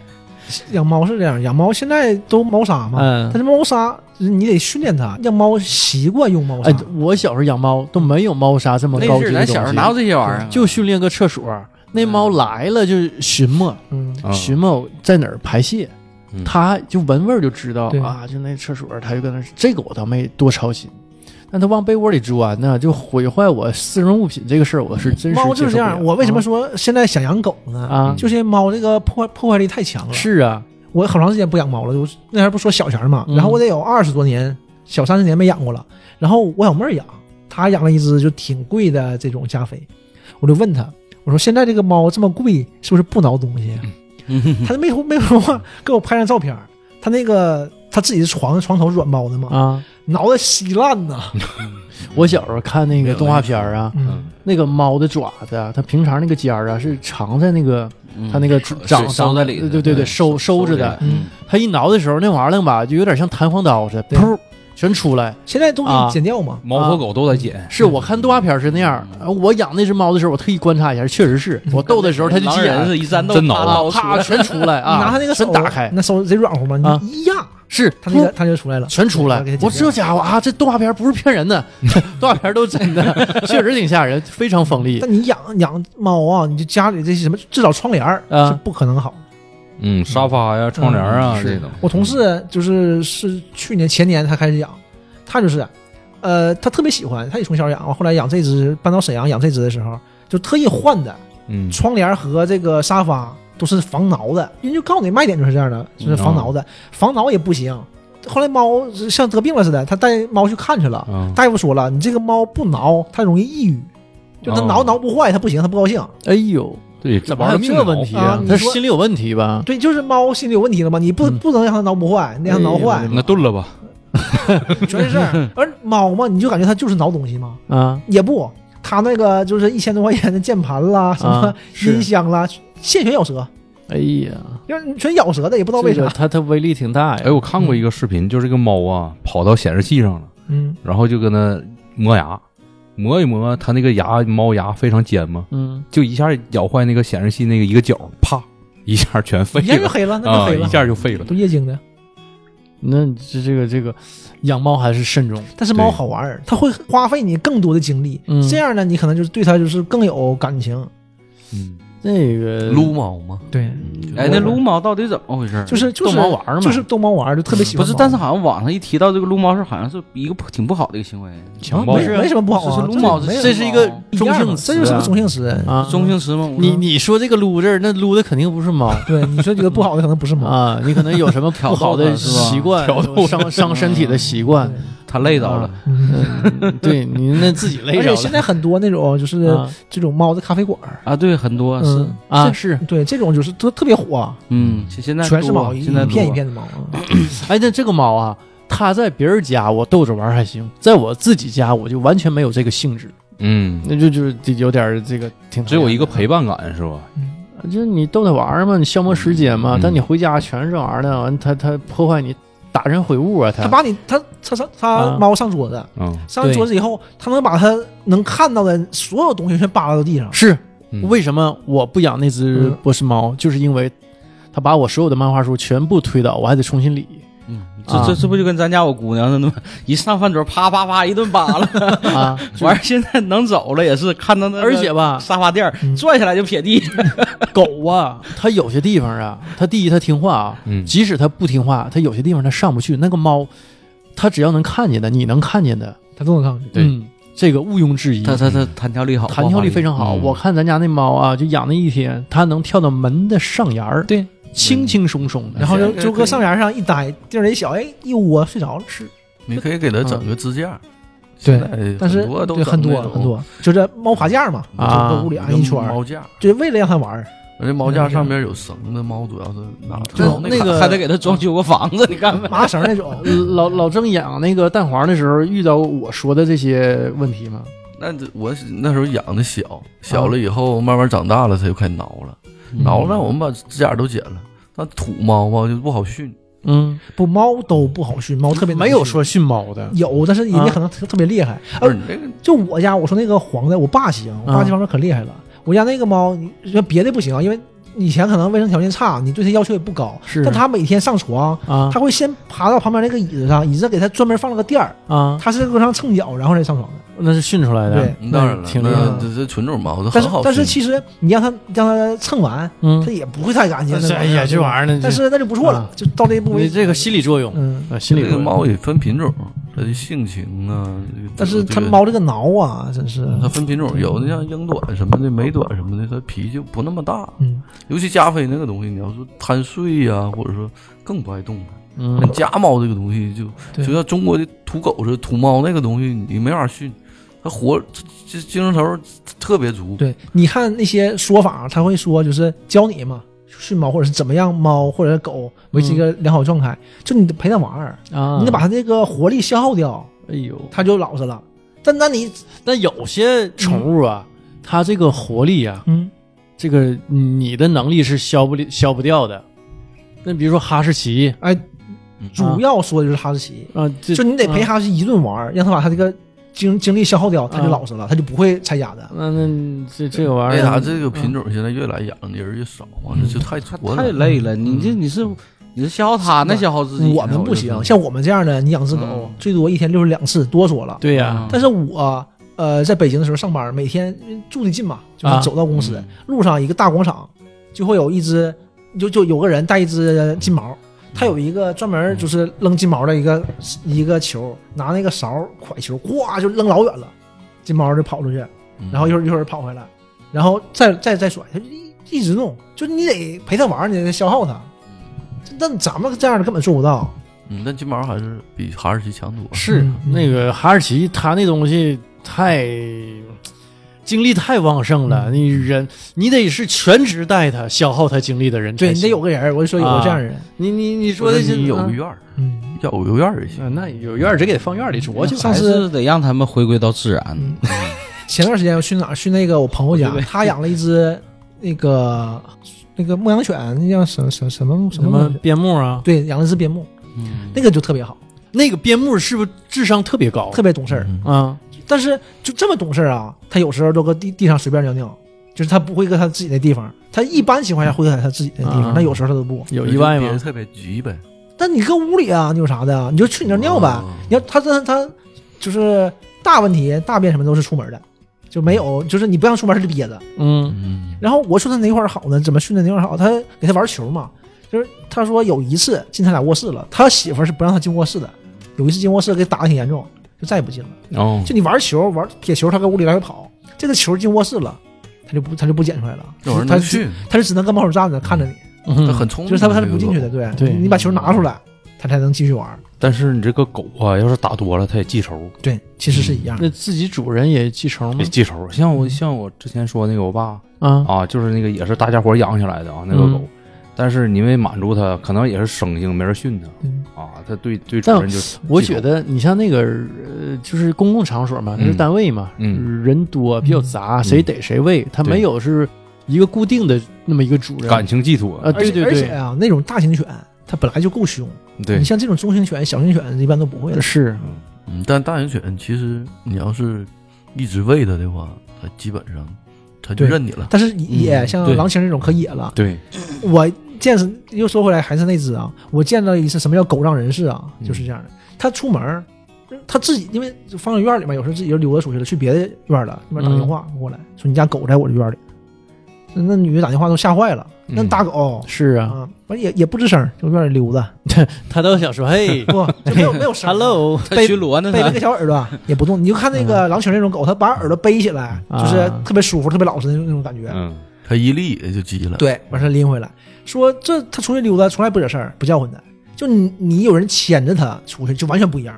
S2: 养猫是这样，养猫现在都猫砂嘛，
S1: 嗯
S2: 但是猫砂你得训练它，让猫习惯用猫砂。
S1: 哎，我小时候养猫都没有猫砂这么
S5: 那
S1: 高级
S5: 是
S1: 的
S5: 咱小时候哪有
S1: 东西，
S5: 这些玩意儿啊？
S1: 就训练个厕所，那猫来了就寻摸，
S2: 嗯，
S3: 啊
S1: 寻摸在哪儿排泄
S3: 嗯，
S1: 它就闻味儿就知道
S2: 对
S1: 啊，就那厕所，它就搁那儿，这个我倒没多操心。但它往被窝里钻呢，就毁坏我私人物品这个事儿，我是真是
S2: 猫
S1: 接
S2: 就是
S1: 受
S2: 这
S1: 不
S2: 样。
S1: 了
S2: 我为什么说现在想养狗呢？
S1: 啊？
S2: 就是因为猫这个破坏破坏力太强了。
S1: 是啊，
S2: 我好长时间不养猫了，我那还不说小前儿嘛，
S1: 嗯
S2: 然后我得有二十多年小三十年没养过了。然后我小妹儿养，她养了一只就挺贵的这种加菲，我就问她，我说现在这个猫这么贵，是不是不挠东西啊？
S1: 嗯
S2: 她就没说没说话，给我拍张照片儿。她那个她自己的床床头是软包的嘛，
S1: 啊！
S2: 挠的稀烂呐。
S1: 我小时候看那个动画片儿啊，
S2: 嗯，
S1: 那个猫的爪子啊，它平常那个尖儿啊是藏在那个它那个长
S5: 收
S1: 长
S5: 在里头
S1: 对对对，
S5: 对
S1: 收收着的。它一挠的时候，那玩意儿吧就有点像弹簧刀似的，
S2: 对
S1: 噗，全出来。
S2: 现在都给
S1: 啊
S2: 你剪掉嘛。
S3: 猫和狗都在捡，
S1: 是我看动画片是那样儿，
S2: 嗯
S1: 然后我养那只猫的时候，我特意观察一下，确实是我逗的时候它就急
S5: 急
S1: 眼
S5: 眼，是一战斗，
S3: 真挠
S5: 啪
S1: 啊，
S5: 捞出
S1: 啪
S5: 来
S1: 全出 来啊，
S2: 你拿他那个手
S1: 全打开，
S2: 那手贼软乎嘛，
S1: 啊
S2: 你一压，
S1: 是
S2: 他那个他就出来了。
S1: 全出来
S2: 给它。剪
S1: 我这家伙啊，这动画片不是骗人 的，动画片都真的，确实挺吓人，非常锋利。
S2: 但你养养猫啊，你就家里这些什么，至少窗帘儿
S1: 啊
S2: 是不可能好。
S3: 嗯，沙发呀、窗帘啊
S1: 嗯是
S3: 这种。
S2: 我同事就是是去年前年他开始养，他就是，呃，他特别喜欢，他也从小养，后来养这只搬到沈阳养这只的时候，就特意换的
S3: 嗯，
S2: 窗帘和这个沙发都是防挠的，人就告诉你卖点就是这样的，
S1: 嗯
S2: 就是防挠
S1: 哦
S2: 的，防挠也不行。后来猫像得病了似的，他带猫去看去了，
S1: 嗯
S3: 啊，
S2: 大夫说了，你这个猫不挠，它容易抑郁，就它挠
S3: 哦
S2: 挠不坏，它不行，它不高兴。
S1: 哎呦，
S3: 对，
S1: 怎么
S3: 玩
S1: 还有
S3: 了命
S1: 这问题
S2: 啊
S1: 啊？
S2: 你
S1: 它
S2: 说
S1: 心里有问题吧？
S2: 对，就是猫心里有问题了嘛，你不
S1: 嗯哎
S2: 不能让它挠不坏，你让它挠坏
S3: 那炖了吧？
S2: 全是事儿。 而猫嘛，你就感觉它就是挠东西嘛，
S1: 啊，
S2: 也不，它那个就是一千多块钱的键盘啦，什么
S1: 啊是
S2: 音箱啦，现全咬折，
S1: 哎呀，
S2: 要是全咬折的，也不知道为
S1: 这个
S2: 啥。
S1: 它它威力挺大呀。嗯
S3: 哎，我看过一个视频，就是这个猫啊跑到显示器上了，
S2: 嗯，
S3: 然后就搁那磨牙，磨一磨，它那个牙猫牙非常尖嘛，
S1: 嗯，
S3: 就一下咬坏那个显示器那个一个角，啪一下全 废
S2: 一下就
S3: 了
S2: 黑了，那就
S3: 啊，
S2: 黑
S3: 一
S2: 了，
S3: 下就废了。
S2: 都液晶的。
S1: 那这这个这个养猫还是慎重。
S2: 但是猫
S3: 对
S2: 好玩儿，它会花费你更多的精力
S1: 嗯，
S2: 这样呢，你可能就是对它就是更有感情。
S3: 嗯，
S1: 那个
S4: 撸猫吗？
S2: 对，
S4: 嗯
S5: 哎，那撸猫到底怎么回事？
S2: 就是就是
S1: 逗猫玩儿嘛
S2: 就是逗猫玩儿，就特别喜
S5: 不
S2: 欢猫。
S5: 是？但是好像网上一提到这个撸猫是，好像是一个挺不好的一个行为，
S3: 强暴
S2: 没没什么不好啊，
S5: 这是撸猫，
S2: 没有
S1: 这是一个
S2: 一
S1: 中
S2: 样
S1: 性
S2: 嘛
S1: 词
S2: 这就是
S1: 啊
S2: 个中性词。
S1: 啊，
S5: 中性词吗？我
S1: 你你说这个撸字儿，那撸的肯定不是猫
S2: 对，你说觉得不好的可能不是猫，
S1: 啊，你可能有什么不好的
S5: 挑逗它是吧
S1: 习惯，伤伤身体的习惯。
S5: 他累着了，
S1: 嗯对你那自己累
S2: 而
S1: 着
S2: 且现
S1: 了
S2: 在很多那种就是
S1: 啊
S2: 这种猫的咖啡馆儿，
S5: 啊，对，很多是
S2: 嗯
S1: 啊！是
S2: 这对这种就是特特别火，
S5: 嗯，现现在
S2: 全是猫，
S5: 多
S2: 一
S5: 现在
S2: 一片一
S5: 多
S2: 片的猫啊。
S1: 哎，那这个猫啊，它在别人家我逗着玩儿还行，在我自己家我就完全没有这个性质，
S3: 嗯，
S1: 那就就是有点儿这个挺
S3: 只有一个陪伴感是吧？
S1: 就是你逗它玩儿嘛，你消磨时间嘛。
S3: 嗯
S1: 但你回家全是这玩意儿的，完它它破坏你，打人毁物啊！它
S2: 它把你它它上它
S1: 啊
S2: 猫上桌子，
S3: 嗯，
S2: 上完桌子以后，它能把它能看到的所有东西全扒拉到地上。
S1: 是
S3: 嗯
S1: 为什么我不养那只
S2: 嗯
S1: 波斯猫，就是因为它把我所有的漫画书全部推倒，我还得重新理。
S5: 嗯，
S1: 啊
S5: 这这这不就跟咱家我姑娘那么一上饭桌，啪啪啪一顿扒拉，
S1: 啊，
S5: 完事儿现在能走了也是看到那个
S1: 而且 吧，
S5: 沙发垫儿
S2: 嗯
S5: 拽下来就撇地，
S1: 狗啊，它有些地方啊，它第一它听话啊，
S3: 嗯
S1: 即使它不听话，它有些地方它上不去。那个猫，它只要能看见的，你能看见的，
S2: 它都能看见。
S3: 对
S1: 嗯这个毋庸置疑。嗯
S5: 他他他弹跳力好，
S1: 弹跳力非常好，
S3: 嗯
S1: 我看咱家那猫啊，就养那一天，它能跳到门的上沿儿，
S2: 对，
S1: 轻轻松松的。
S2: 然后就
S4: 这个
S2: 就
S4: 可
S2: 搁
S4: 以
S2: 上沿上一待，地儿一小，哎，一窝睡着了。是，
S4: 你可以给它整个支架。
S2: 嗯对
S4: 现在
S2: 但是
S4: 很多都
S2: 对
S4: 整
S2: 很
S4: 那
S2: 多
S4: 种
S2: 很多，就这猫爬架嘛，
S1: 啊
S2: 就搁屋里
S4: 有
S2: 安一圈儿，
S4: 猫架，
S2: 就为了让它玩儿。
S4: 而且猫架上边有绳子，猫主要是拿
S1: 对
S4: 挠
S1: 那个
S5: 还得给他装修个房子，你看没？
S2: 麻绳那种，
S1: 老老郑养那个蛋黄的时候，遇到我说的这些问题吗？
S4: 那这我是那时候养的小，
S2: 嗯
S4: 小了以后慢慢长大了，它就开始挠了，挠
S2: 嗯
S4: 了我们把指甲都剪了。那土猫吧就不好训，
S1: 嗯，
S2: 不猫都不好训，猫特别难
S1: 没有
S2: 训
S1: 说训猫的，
S2: 有，但是人
S1: 啊
S2: 家可能特特别厉害。
S4: 不是你这个
S2: 就我家，我说那个黄的，我爸行，我
S1: 啊
S2: 爸这方面可厉害了。我家那个猫，你说别的不行，因为以前可能卫生条件差，你对它要求也不高。
S1: 是
S2: 但它每天上床，
S1: 啊
S2: 它会先爬到旁边那个椅子上，椅子给它专门放了个垫儿，
S1: 啊，
S2: 它是搁上蹭脚，然后才上床的。
S1: 那是训出来的
S2: 对。
S4: 嗯当然了，
S1: 挺厉害
S4: 那
S2: 的
S4: 这这纯种猫，这
S2: 但是
S4: 很好训。
S2: 但是其实你让它让它蹭完，
S1: 嗯
S2: 它，也不会太干净。
S1: 哎呀，这玩
S2: 意儿。
S1: 意儿呢，
S2: 但是那就不错了，
S1: 啊
S2: 就到这一步为
S1: 你
S2: 止。
S1: 这个心理作用
S2: 嗯，
S1: 啊，心理
S4: 这
S1: 作用
S4: 个猫也分品种，它的性情啊。这个
S2: 但是它
S4: 这个
S2: 猫这个挠啊，真是，
S4: 它分品种，有的像英短什么的、美短什么的，它脾气不那么大。
S2: 嗯，
S4: 尤其加菲那个东西，你要说贪睡呀、或者说更不爱动弹。
S1: 嗯
S4: 那家猫这个东西就，
S2: 对
S4: 就像中国的土狗是土猫那个东西，你没法训，它活这精神头特别足。
S2: 对，你看那些说法，他会说就是教你嘛，训猫或者是怎么样猫或者是狗维持一个良好状态，
S1: 嗯
S2: 就你得陪它玩儿，
S1: 啊，
S2: 你得把它这个活力消耗掉，
S1: 哎呦，
S2: 它就老实了。但那你
S1: 但有些宠物啊，它这个活力啊，
S2: 嗯，
S1: 这个你的能力是消不了消不掉的。那比如说哈士奇
S2: 哎，
S5: 嗯
S2: 主要说的就是哈士奇，
S1: 啊，这
S2: 就你得陪
S1: 啊
S2: 哈士奇一顿玩儿，让它把它这个精精力消耗掉，它就老实了，它就不会拆家的。
S1: 那那这这个玩
S4: 为
S1: 意
S4: 啥
S1: 儿，
S4: 哎这个品种现在越来养的人越少啊？
S2: 嗯
S4: 这就太多
S5: 太
S4: 了。
S5: 累了，你这你是你是消耗它呢，消耗自己呢。
S2: 我们不
S5: 就觉
S2: 行，
S5: 得
S2: 像我们这样的，你养只狗
S4: 嗯
S2: 最多一天六十两次，多说了。
S1: 对呀、
S5: 嗯
S2: 但是我呃在北京的时候上班，每天住的近嘛，就
S1: 啊
S2: 能走到公
S4: 嗯
S2: 司，路上一个大广场就会有一只，就就有个人带一只金毛，他有一个专门就是扔金毛的一个一个球，拿那个勺蒯球，呱就扔老远了，金毛就跑出去，
S4: 嗯
S2: 然后一会儿一会儿跑回来，然后再再再甩，他就一一直弄，就你得陪他玩，你得消耗他。
S1: 嗯
S2: 但咱们这样的根本做不到，
S4: 嗯，但金毛还是比哈士奇强多。
S1: 是
S2: 嗯嗯
S1: 那个哈士奇，它那东西太精力太旺盛
S2: 嗯
S1: 了，你人你得是全职带它，消耗它精力的人才
S2: 对
S1: 行。
S2: 你得有个人儿，我就说有个这样的人，
S1: 你你你
S4: 说
S1: 说
S4: 的
S1: 的这
S4: 你有
S1: 啊
S4: 个院儿，
S2: 嗯。
S4: 要有个院儿也行。
S1: 啊那有院儿只给放院儿里捉去吧。
S2: 上
S5: 还
S2: 次
S5: 是得让他们回归到自然。
S2: 嗯前段时间我去哪儿？去那个我朋友家，他养了 一只那个那个牧羊犬，那叫什什什么什
S1: 什么
S2: 么？
S1: 边牧啊？
S2: 对，养了一只边牧，
S5: 嗯
S2: 那个就特别好，
S1: 那个边牧是不是智商特别高？
S2: 特别懂事儿。
S4: 嗯
S1: 啊，
S2: 但是就这么懂事儿啊，他有时候都搁地地上随便尿尿，就是他不会搁他自己的地方，他一般情况下会搁他自己的地
S1: 啊
S2: 方，但有时候他都不。
S1: 有意外
S4: 别人
S1: 吗？
S4: 特别急呗，
S2: 但你搁屋里啊，你有啥的啊？你就去你那儿尿呗
S4: 哦。
S2: 你要他他他就是大问题，大便什么都是出门的，就没有就是你不让出门他就憋着。
S1: 嗯
S4: 嗯，
S2: 然后我说他哪块儿好呢？怎么训练哪块儿好？他给他玩球嘛，就是他说有一次进他俩卧室了，他媳妇儿是不让他进卧室的，有一次进卧室给打的挺严重，就再也不进了。
S3: 哦，
S2: 就你玩球玩铁球，他搁屋里来回跑，这个球进卧室了，他就不他就不捡出来了，
S4: 那玩意儿
S2: 他
S4: 能
S2: 只
S4: 去，哦
S2: 他就只能跟猫手站着看着你，
S4: 他
S1: 嗯，
S4: 很聪
S2: 就是
S4: 明，
S2: 他他是
S4: 这个
S2: 不进去
S4: 狗
S2: 的，。对，
S1: 对
S2: 你把球拿出来，他才能继续玩。
S3: 但是你这个狗啊，要是打多了，它也记仇，
S2: 对，其实是一样的
S1: 那。自己主人也记仇吗
S3: 也？记仇。像我像我之前说那个我爸
S1: 啊
S3: 啊，就是那个也是大家伙养起来的啊，那个
S1: 嗯
S3: 狗。但是你为满足它，可能也是生性，没人训
S2: 嗯
S3: 它啊，它对对主
S1: 但
S3: 人就
S1: 我
S3: 记仇
S1: 觉得你像那个呃，就是公共场所嘛，它是
S3: 嗯
S1: 单位嘛，
S3: 嗯
S1: 人多比较杂，谁逮谁喂，它
S3: 对
S1: 没有是一个固定的那么一个主人。
S3: 感情寄托
S1: 啊对对
S2: 而且
S1: 对
S2: 啊，那种大型犬它本来就够凶，
S3: 对
S2: 你，像这种中型犬、小型犬一般都不会的。
S1: 是，
S4: 嗯，但大型犬其实你要是一直喂它的话，它基本上它就
S2: 对
S4: 认你了。
S2: 但是也
S5: 嗯
S2: 像
S3: 对
S2: 狼青这种可野了，
S3: 对，
S2: 我见识又说回来，还是那只啊，我见到一次什么叫狗仗人势啊，
S3: 嗯
S2: 就是这样的。他出门儿，他自己因为放在院里面，有时候自己就溜达出去了，去别的院儿了，那边打电话过来说你家狗在我这院里，那女的打电话都吓坏了，
S3: 嗯
S2: 那大狗
S1: 是啊，
S2: 啊，完也也不吱声，就院里溜达，
S1: 他都想说， 嘿
S2: 不就没有没 有声儿。
S1: ，hello，
S5: 它巡逻呢，
S2: 背了
S5: 它
S2: 个小耳朵也不动，你就看那个狼群那种狗，它把耳朵背起来，
S1: 啊
S2: 就是特别舒服、特别老实的那种感觉。
S3: 嗯，
S4: 它一立也就急了。，
S2: 对，完事儿拎回来，说这他出去溜达从来不惹事儿，不叫唤他。就你你有人牵着他出去，就完全不一样，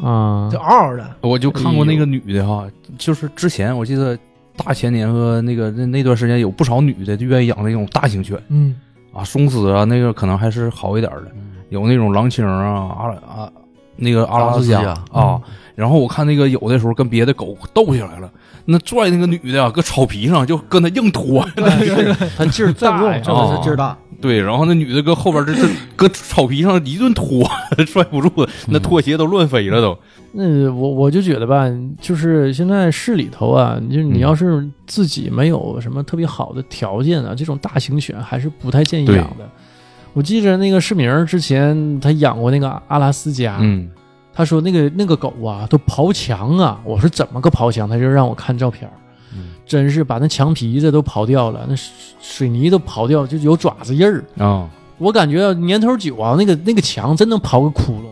S1: 啊
S2: 就，嗷嗷的。
S3: 我就看过那个女的哈，就是之前我记得大前年和那个那那段时间有不少女的就愿意养那种大型犬
S2: 嗯，
S3: 啊，松狮啊，那个可能还是好一点的，有那种狼青啊，阿拉啊那个阿拉斯
S4: 阿
S3: 加
S4: 拉斯
S3: 啊。然后我看那个有的时候跟别的狗斗起来了，那拽那个女的啊，搁草皮上就跟他硬拖，
S1: 他劲儿
S2: 再不
S1: 大
S2: 用，
S1: 呀
S2: 真的
S3: 哦
S2: 是劲儿大。
S3: 对，然后那女的搁后边这这搁草皮上一顿拖， 拽不住，那拖鞋都乱飞了都。
S1: 那我我就觉得吧，就是现在市里头啊，你就
S3: 嗯
S1: 你要是自己没有什么特别好的条件啊，这种大型犬还是不太建议
S3: 对
S1: 养的。我记着那个市明儿之前他养过那个阿拉斯加，
S3: 嗯，
S1: 他说那个那个狗啊都刨墙啊，我说怎么个刨墙？他就让我看照片儿，
S3: 嗯
S1: 真是把那墙皮子都刨掉了，那水水泥都刨掉，就有爪子印儿。
S3: 啊，
S1: 我感觉年头久啊，那个那个墙真能刨个窟 窿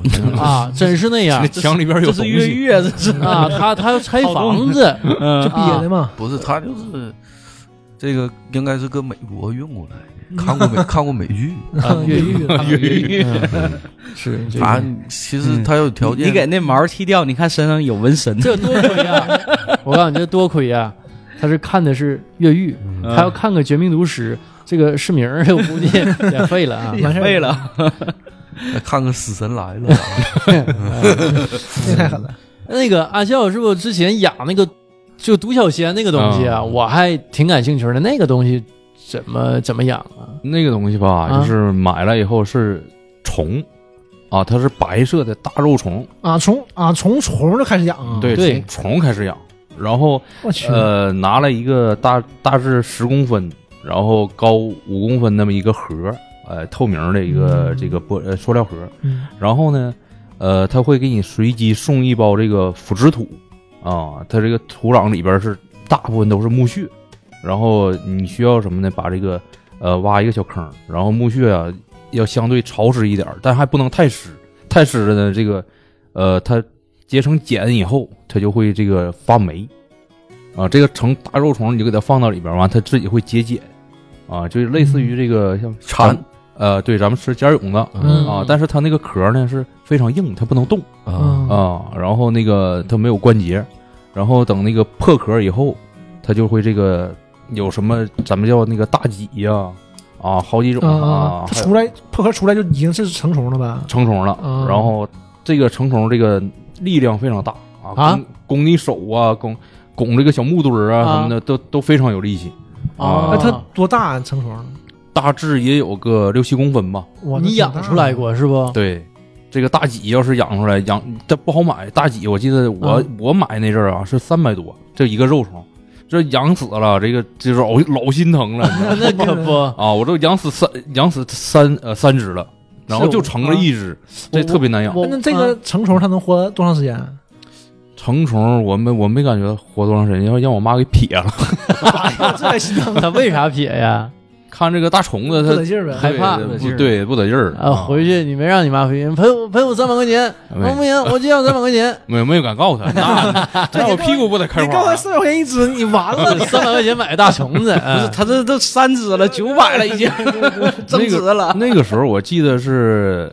S4: 我觉得
S1: 啊，真 是那样
S3: 那。墙里边有
S5: 这
S3: 东西。
S5: 是越狱啊， 这是
S1: 啊，他他要拆
S5: 好
S1: 房子，
S2: 就
S1: 嗯
S2: 憋的嘛，。
S4: 不是，它就是这个应该是搁美国运过来的，看过美看过美剧，
S1: 啊，越狱了，
S3: 越狱
S1: 嗯是这
S4: 他
S1: 个
S4: 其实他有条件，
S5: 你给那毛剃掉，你看身上有纹 身，
S1: 这多亏呀！我告诉你，这多亏呀！他是看的是越狱，他要看个《绝命毒师》，这个市名儿我 估计也废了啊
S2: 完事
S5: 废
S2: 儿，
S5: 了。
S4: 看个死神来 了，
S2: 那太狠了。
S1: 那个阿笑是不是之前演那个就独角仙那个东西啊？
S3: 嗯
S1: 我还挺感兴趣的。那个东西怎么怎么演啊？
S3: 那个东西吧，
S1: 啊
S3: 就是买了以后是虫，啊，它是白色的大肉虫，
S2: 啊，从啊从虫就开始养啊，
S3: 对，
S1: 对
S3: 从虫开始养，然后
S2: 我去，
S3: 呃拿了一个大大致十公分，然后高五公分那么一个盒，呃透明的一个这个玻呃塑料盒，
S2: 嗯
S3: 然后呢，呃，他会给你随机送一包这个腐殖土啊，它这个土壤里边是大部分都是墓穴，然后你需要什么呢？把这个呃挖一个小坑，然后墓穴啊要相对潮湿一点儿，但还不能太湿，太湿了呢，这个呃它结成茧以后，它就会这个发霉啊，这个成大肉虫，你就给它放到里边儿，完它自己会结茧啊，就是类似于这个像
S4: 馋
S3: 呃，对，咱们吃尖儿蛹子。
S1: 嗯
S3: 啊，但是它那个壳呢是非常硬，它不能动
S4: 啊，
S1: 啊
S3: 啊。然后那个它没有关节，然后等那个破壳以后，它就会这个有什么咱们叫那个大戟呀、啊，好几种啊，
S2: 它
S3: 还有
S2: 出来破壳出来就已经是成虫了呗，
S3: 成虫了。
S1: 嗯
S3: 然后这个成虫这个力量非常大啊，
S1: 啊
S3: 拱拱你手啊，拱拱这个小木墩儿啊
S1: 啊
S3: 什么的，都都非常有力气。
S1: 哦
S3: 啊
S2: 那它多大啊成虫？
S3: 大致也有个六七公分吧。
S2: 我
S1: 你养出来？
S2: 啊
S1: 过是 不？
S3: 对，这个大戟要是养出来，养这不好买。大戟我记得我、
S1: 嗯
S3: 我买那阵儿啊是三百多，这一个肉虫，这养死了，这个这老老心疼了你知道吗
S1: 那 可不，
S3: 啊！我都养死三养死三呃三只了，然后
S1: 是
S3: 就成了一只，这
S1: 我
S3: 特别难养。
S1: 我
S2: 那这个啊成虫它能活多长时间？啊
S3: 成虫我没我没感觉活多长时间，要让我妈给撇了。
S2: 这还心疼，
S1: 他为啥撇呀？
S3: 看这个大虫子
S2: 不得
S3: 它。
S2: 劲儿呗。
S1: 害怕
S3: 对
S1: 不得
S5: 劲
S3: 不
S5: 儿
S3: 对，不得劲儿
S1: 啊，回去你没让你妈赔钱，赔我赔我三百块钱，
S3: 没
S1: 我不行，我就要三百块 钱，
S3: 没有没有敢告诉他， 那那我屁股不得开
S2: 你刚
S3: 花啊
S2: 才？四百块钱一只，你完 了，你
S1: 三百块钱买个大虫子，
S5: 不是，
S1: 啊
S5: 他这都三只了，九百了已经， 增值了。
S3: 那个时候我记得是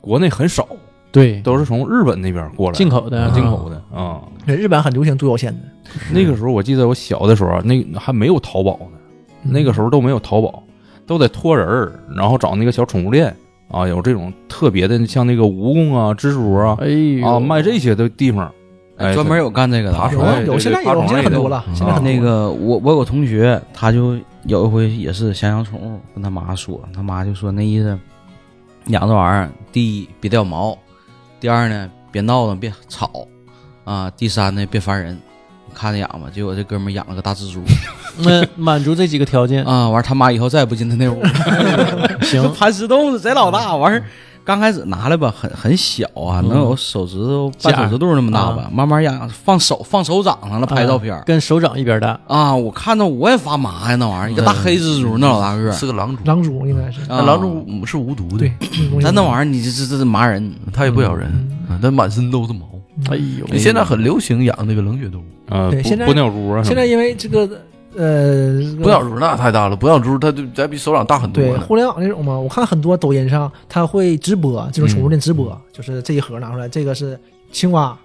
S3: 国内很少，
S1: 对，
S3: 都是从日本那边过来的
S1: 进口的
S3: 啊，进口的啊、
S2: 对日本很流行独角仙的，
S3: 那个时候我记得我小的时候啊，那还没有淘宝呢，那个时候都没有淘宝，都得托人儿，然后找那个小宠物店啊，有这种特别的，像那个蜈蚣啊、蜘蛛啊
S1: 哎呦
S3: 啊，卖这些的地方，哎，
S5: 专门有干这个的
S3: 爬。
S2: 有
S3: 虫
S2: 啊
S3: 类
S2: 有，
S3: 对
S2: 现在
S3: 爬
S2: 有，
S3: 虫
S2: 现在
S3: 类
S2: 很
S3: 的
S2: 多了，现在
S3: 啊
S2: 很多
S5: 那个我我有个同学，他就有一回也是想养宠物，跟他妈说，他妈就说那意思，养这玩意儿，第一别掉毛，第二呢别闹腾别吵，啊，第三呢别烦人，看着养吧。结果这哥们儿养了个大蜘蛛
S1: 那满足这几个条件，
S5: 啊，完他妈以后再也不进他那屋了。
S1: 行，
S5: 盘石洞是贼老大，完事儿刚开始拿来吧，很很小啊，能有手指头半手指肚那么大吧，慢慢养，放手放手掌上了拍照片
S1: 啊。跟手掌一边大，
S5: 啊，我看着我也发麻呀，那玩意儿一个大黑蜘蛛，那老大个儿，
S4: 是个狼蛛，
S2: 嗯狼蛛应该是，
S5: 啊
S4: 但狼蛛是无毒的
S2: 对，，那个东西
S5: 咱那玩意儿你这这这这麻人，
S4: 它也不咬人，啊但满身都是毛。
S2: 嗯
S1: 哎呦，
S4: 现在很流行养那个冷血动物，
S3: 啊，
S2: 对现在
S3: 不不尿猪啊，
S2: 现在因为这个呃，这个
S4: 不咬猪那太大了，不咬猪它就咱比手掌大很多
S2: 对
S4: 了。
S2: 互联网这种嘛，我看很多抖音上他会直播这种宠物店直播，就是这一盒拿出来，这个是青蛙，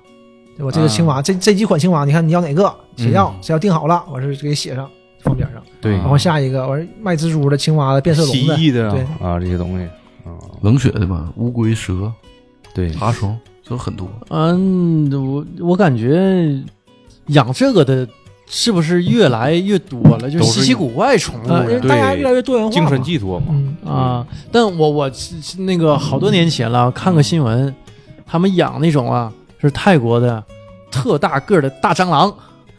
S2: 对吧？这个青蛙，这这几款青蛙，你看你要哪个？谁要？谁要定好了，完事给写上放边上，
S3: 对
S2: 然后下一个完事卖蜘蛛的、青蛙的、变色龙
S3: 蜥
S2: 的，
S3: 蜴的
S2: 对
S3: 啊这些东西啊，
S4: 冷血的嘛，乌龟、蛇、
S3: 对，
S4: 爬虫都很多。
S1: 嗯，我我感觉养这个的是不是越来越多了？就
S3: 都是
S1: 稀奇古怪宠物
S2: 啊，因为
S1: 呀
S2: 大家越来越多元化
S3: 精
S2: 嘛
S3: 神寄托嘛，
S2: 嗯，
S1: 啊！但我我那个好多年前了，看个新闻，他们养那种啊，是泰国的。特大个儿的大蟑螂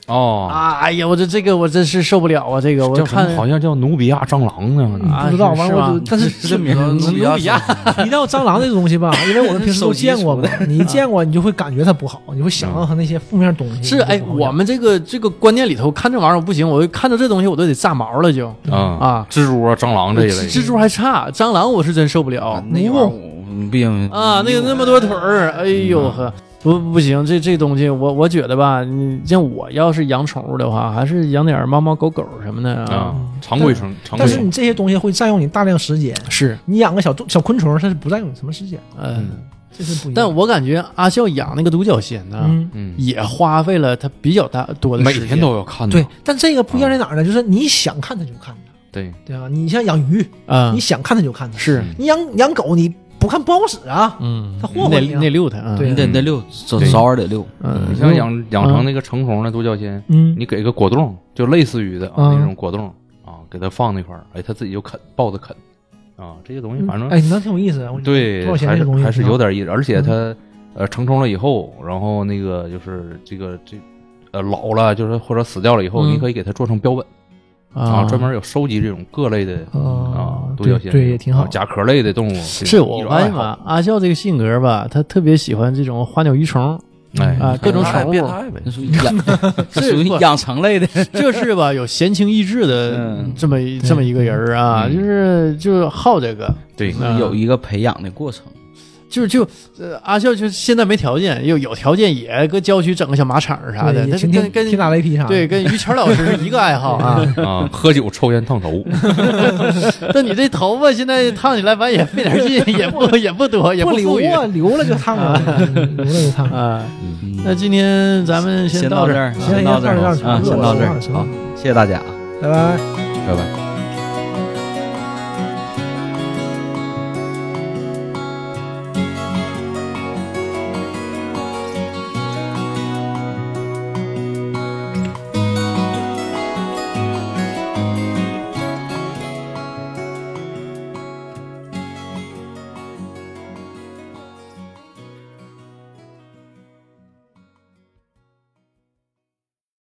S3: 哦，
S1: 啊！哎呀，我这这个我真是受不了啊！这个我
S3: 叫什
S1: 看
S3: 么好像叫努比亚蟑螂呢，
S1: 啊
S2: 嗯不知道。
S1: 是
S2: 完
S1: 是
S2: 了我
S1: 吗
S2: 就，但是
S5: 这名
S4: 然后
S5: 字
S4: 努
S3: 啊
S4: 比亚
S1: 努比亚
S4: 蛇
S2: 一到蟑螂这个东西吧，因为我们平时都见过嘛，你一见过你就会感觉它不好，你会想到它那些负面东西。
S1: 是哎，
S3: 啊
S1: 我们这个这个观念里头看这玩意儿我不行，我看到这东西我都得炸毛了就
S3: 啊
S1: 啊！
S3: 蜘蛛啊、蟑螂这一类的，啊
S1: 蜘蛛还差，蟑螂我是真受不了。
S5: 那玩意儿我不行
S1: 啊，那个那么多腿儿，哎呦呵，不不行，这这东西我我觉得吧，你像我要是养宠物的话，还是养点儿猫猫狗狗什么的啊。
S3: 啊，常规程，常规
S2: 但是
S3: 程
S2: 你这些东西会占用你大量时间，
S1: 是，
S2: 你养个小动小昆虫，它是不占用你什么时间，
S1: 嗯，
S2: 这是不一样。
S1: 但我感觉阿笑养那个独角仙呢，
S2: 嗯，
S3: 嗯，
S1: 也花费了他比较大多的
S3: 每
S1: 时间。
S3: 天都要看
S2: 对
S3: 到，
S2: 但这个不一样在哪儿呢？就是你想看它就看它，
S3: 对，
S2: 对吧？你像养鱼，
S1: 啊、
S2: 你想看它就看它，
S1: 是，
S2: 你养养狗你不看不好使啊，
S1: 嗯，
S2: 它霍霍
S1: 得
S2: 你啊
S1: 得遛它啊。
S2: 对
S5: 你得得遛，早早晚得遛。
S1: 嗯，
S3: 你像养养成那个成虫的独角仙，
S2: 啊嗯，
S3: 你给个果冻，就类似于的啊
S1: 嗯
S3: 那种果冻啊，给它放那块儿，哎，它自己就啃，抱着啃啊，这些东西反正
S2: 哎，你那挺有意思啊，我觉得
S3: 对
S2: 多少，钱
S3: 还
S2: 这
S3: 是
S2: 东西
S3: 还是
S2: 啊
S3: 有点意思，而且它呃成虫了以后，然后那个就是这个这呃老了，就是或者死掉了以后，
S1: 嗯
S3: 你可以给它做成标本
S1: 啊，
S3: 专门有收集这种各类的啊
S2: 啊，
S3: 独角
S2: 对
S3: 仙，
S2: 对也挺好
S3: 啊甲壳类的动物
S1: 是我发现
S3: 吧
S1: 吧，阿笑这个性格吧，他特别喜欢这种花鸟鱼虫，
S3: 哎
S1: 啊各种
S4: 他俩
S1: 宠物嗯
S4: 变态呗
S5: 那。属于养，那属于
S1: 不
S5: 养成类的。
S1: 这是吧有闲情逸致的
S5: 嗯
S1: 这么一这么一个人儿啊，
S3: 嗯
S1: 就是就是好这个，
S3: 对
S1: 嗯
S5: 有一个培养的过程，
S1: 就就呃阿笑就现在没条件，有有条件也搁郊区整个小马场儿啥的，
S2: 对
S1: 他
S2: 也
S1: 跟
S2: 挺
S1: 跟
S2: 挺挺打雷劈啥的，
S1: 对，跟于谦老师是一个爱好啊。
S3: 啊，喝酒抽烟烫头，
S1: 但你这头发现在烫起来，反正也费点劲，也不也不多，也
S2: 不
S1: 富裕
S2: 留啊，留了就烫了， 嗯留了就烫了。
S1: 啊。
S5: 嗯
S1: 那今天咱们
S5: 先
S1: 到
S5: 到
S1: 这
S5: 这
S1: 儿，
S5: 儿，
S2: 行，
S5: 到这儿
S2: 儿
S5: 啊，先到这儿，好，
S2: 好，
S5: 谢谢大家啊，
S2: 拜拜。
S5: 拜拜。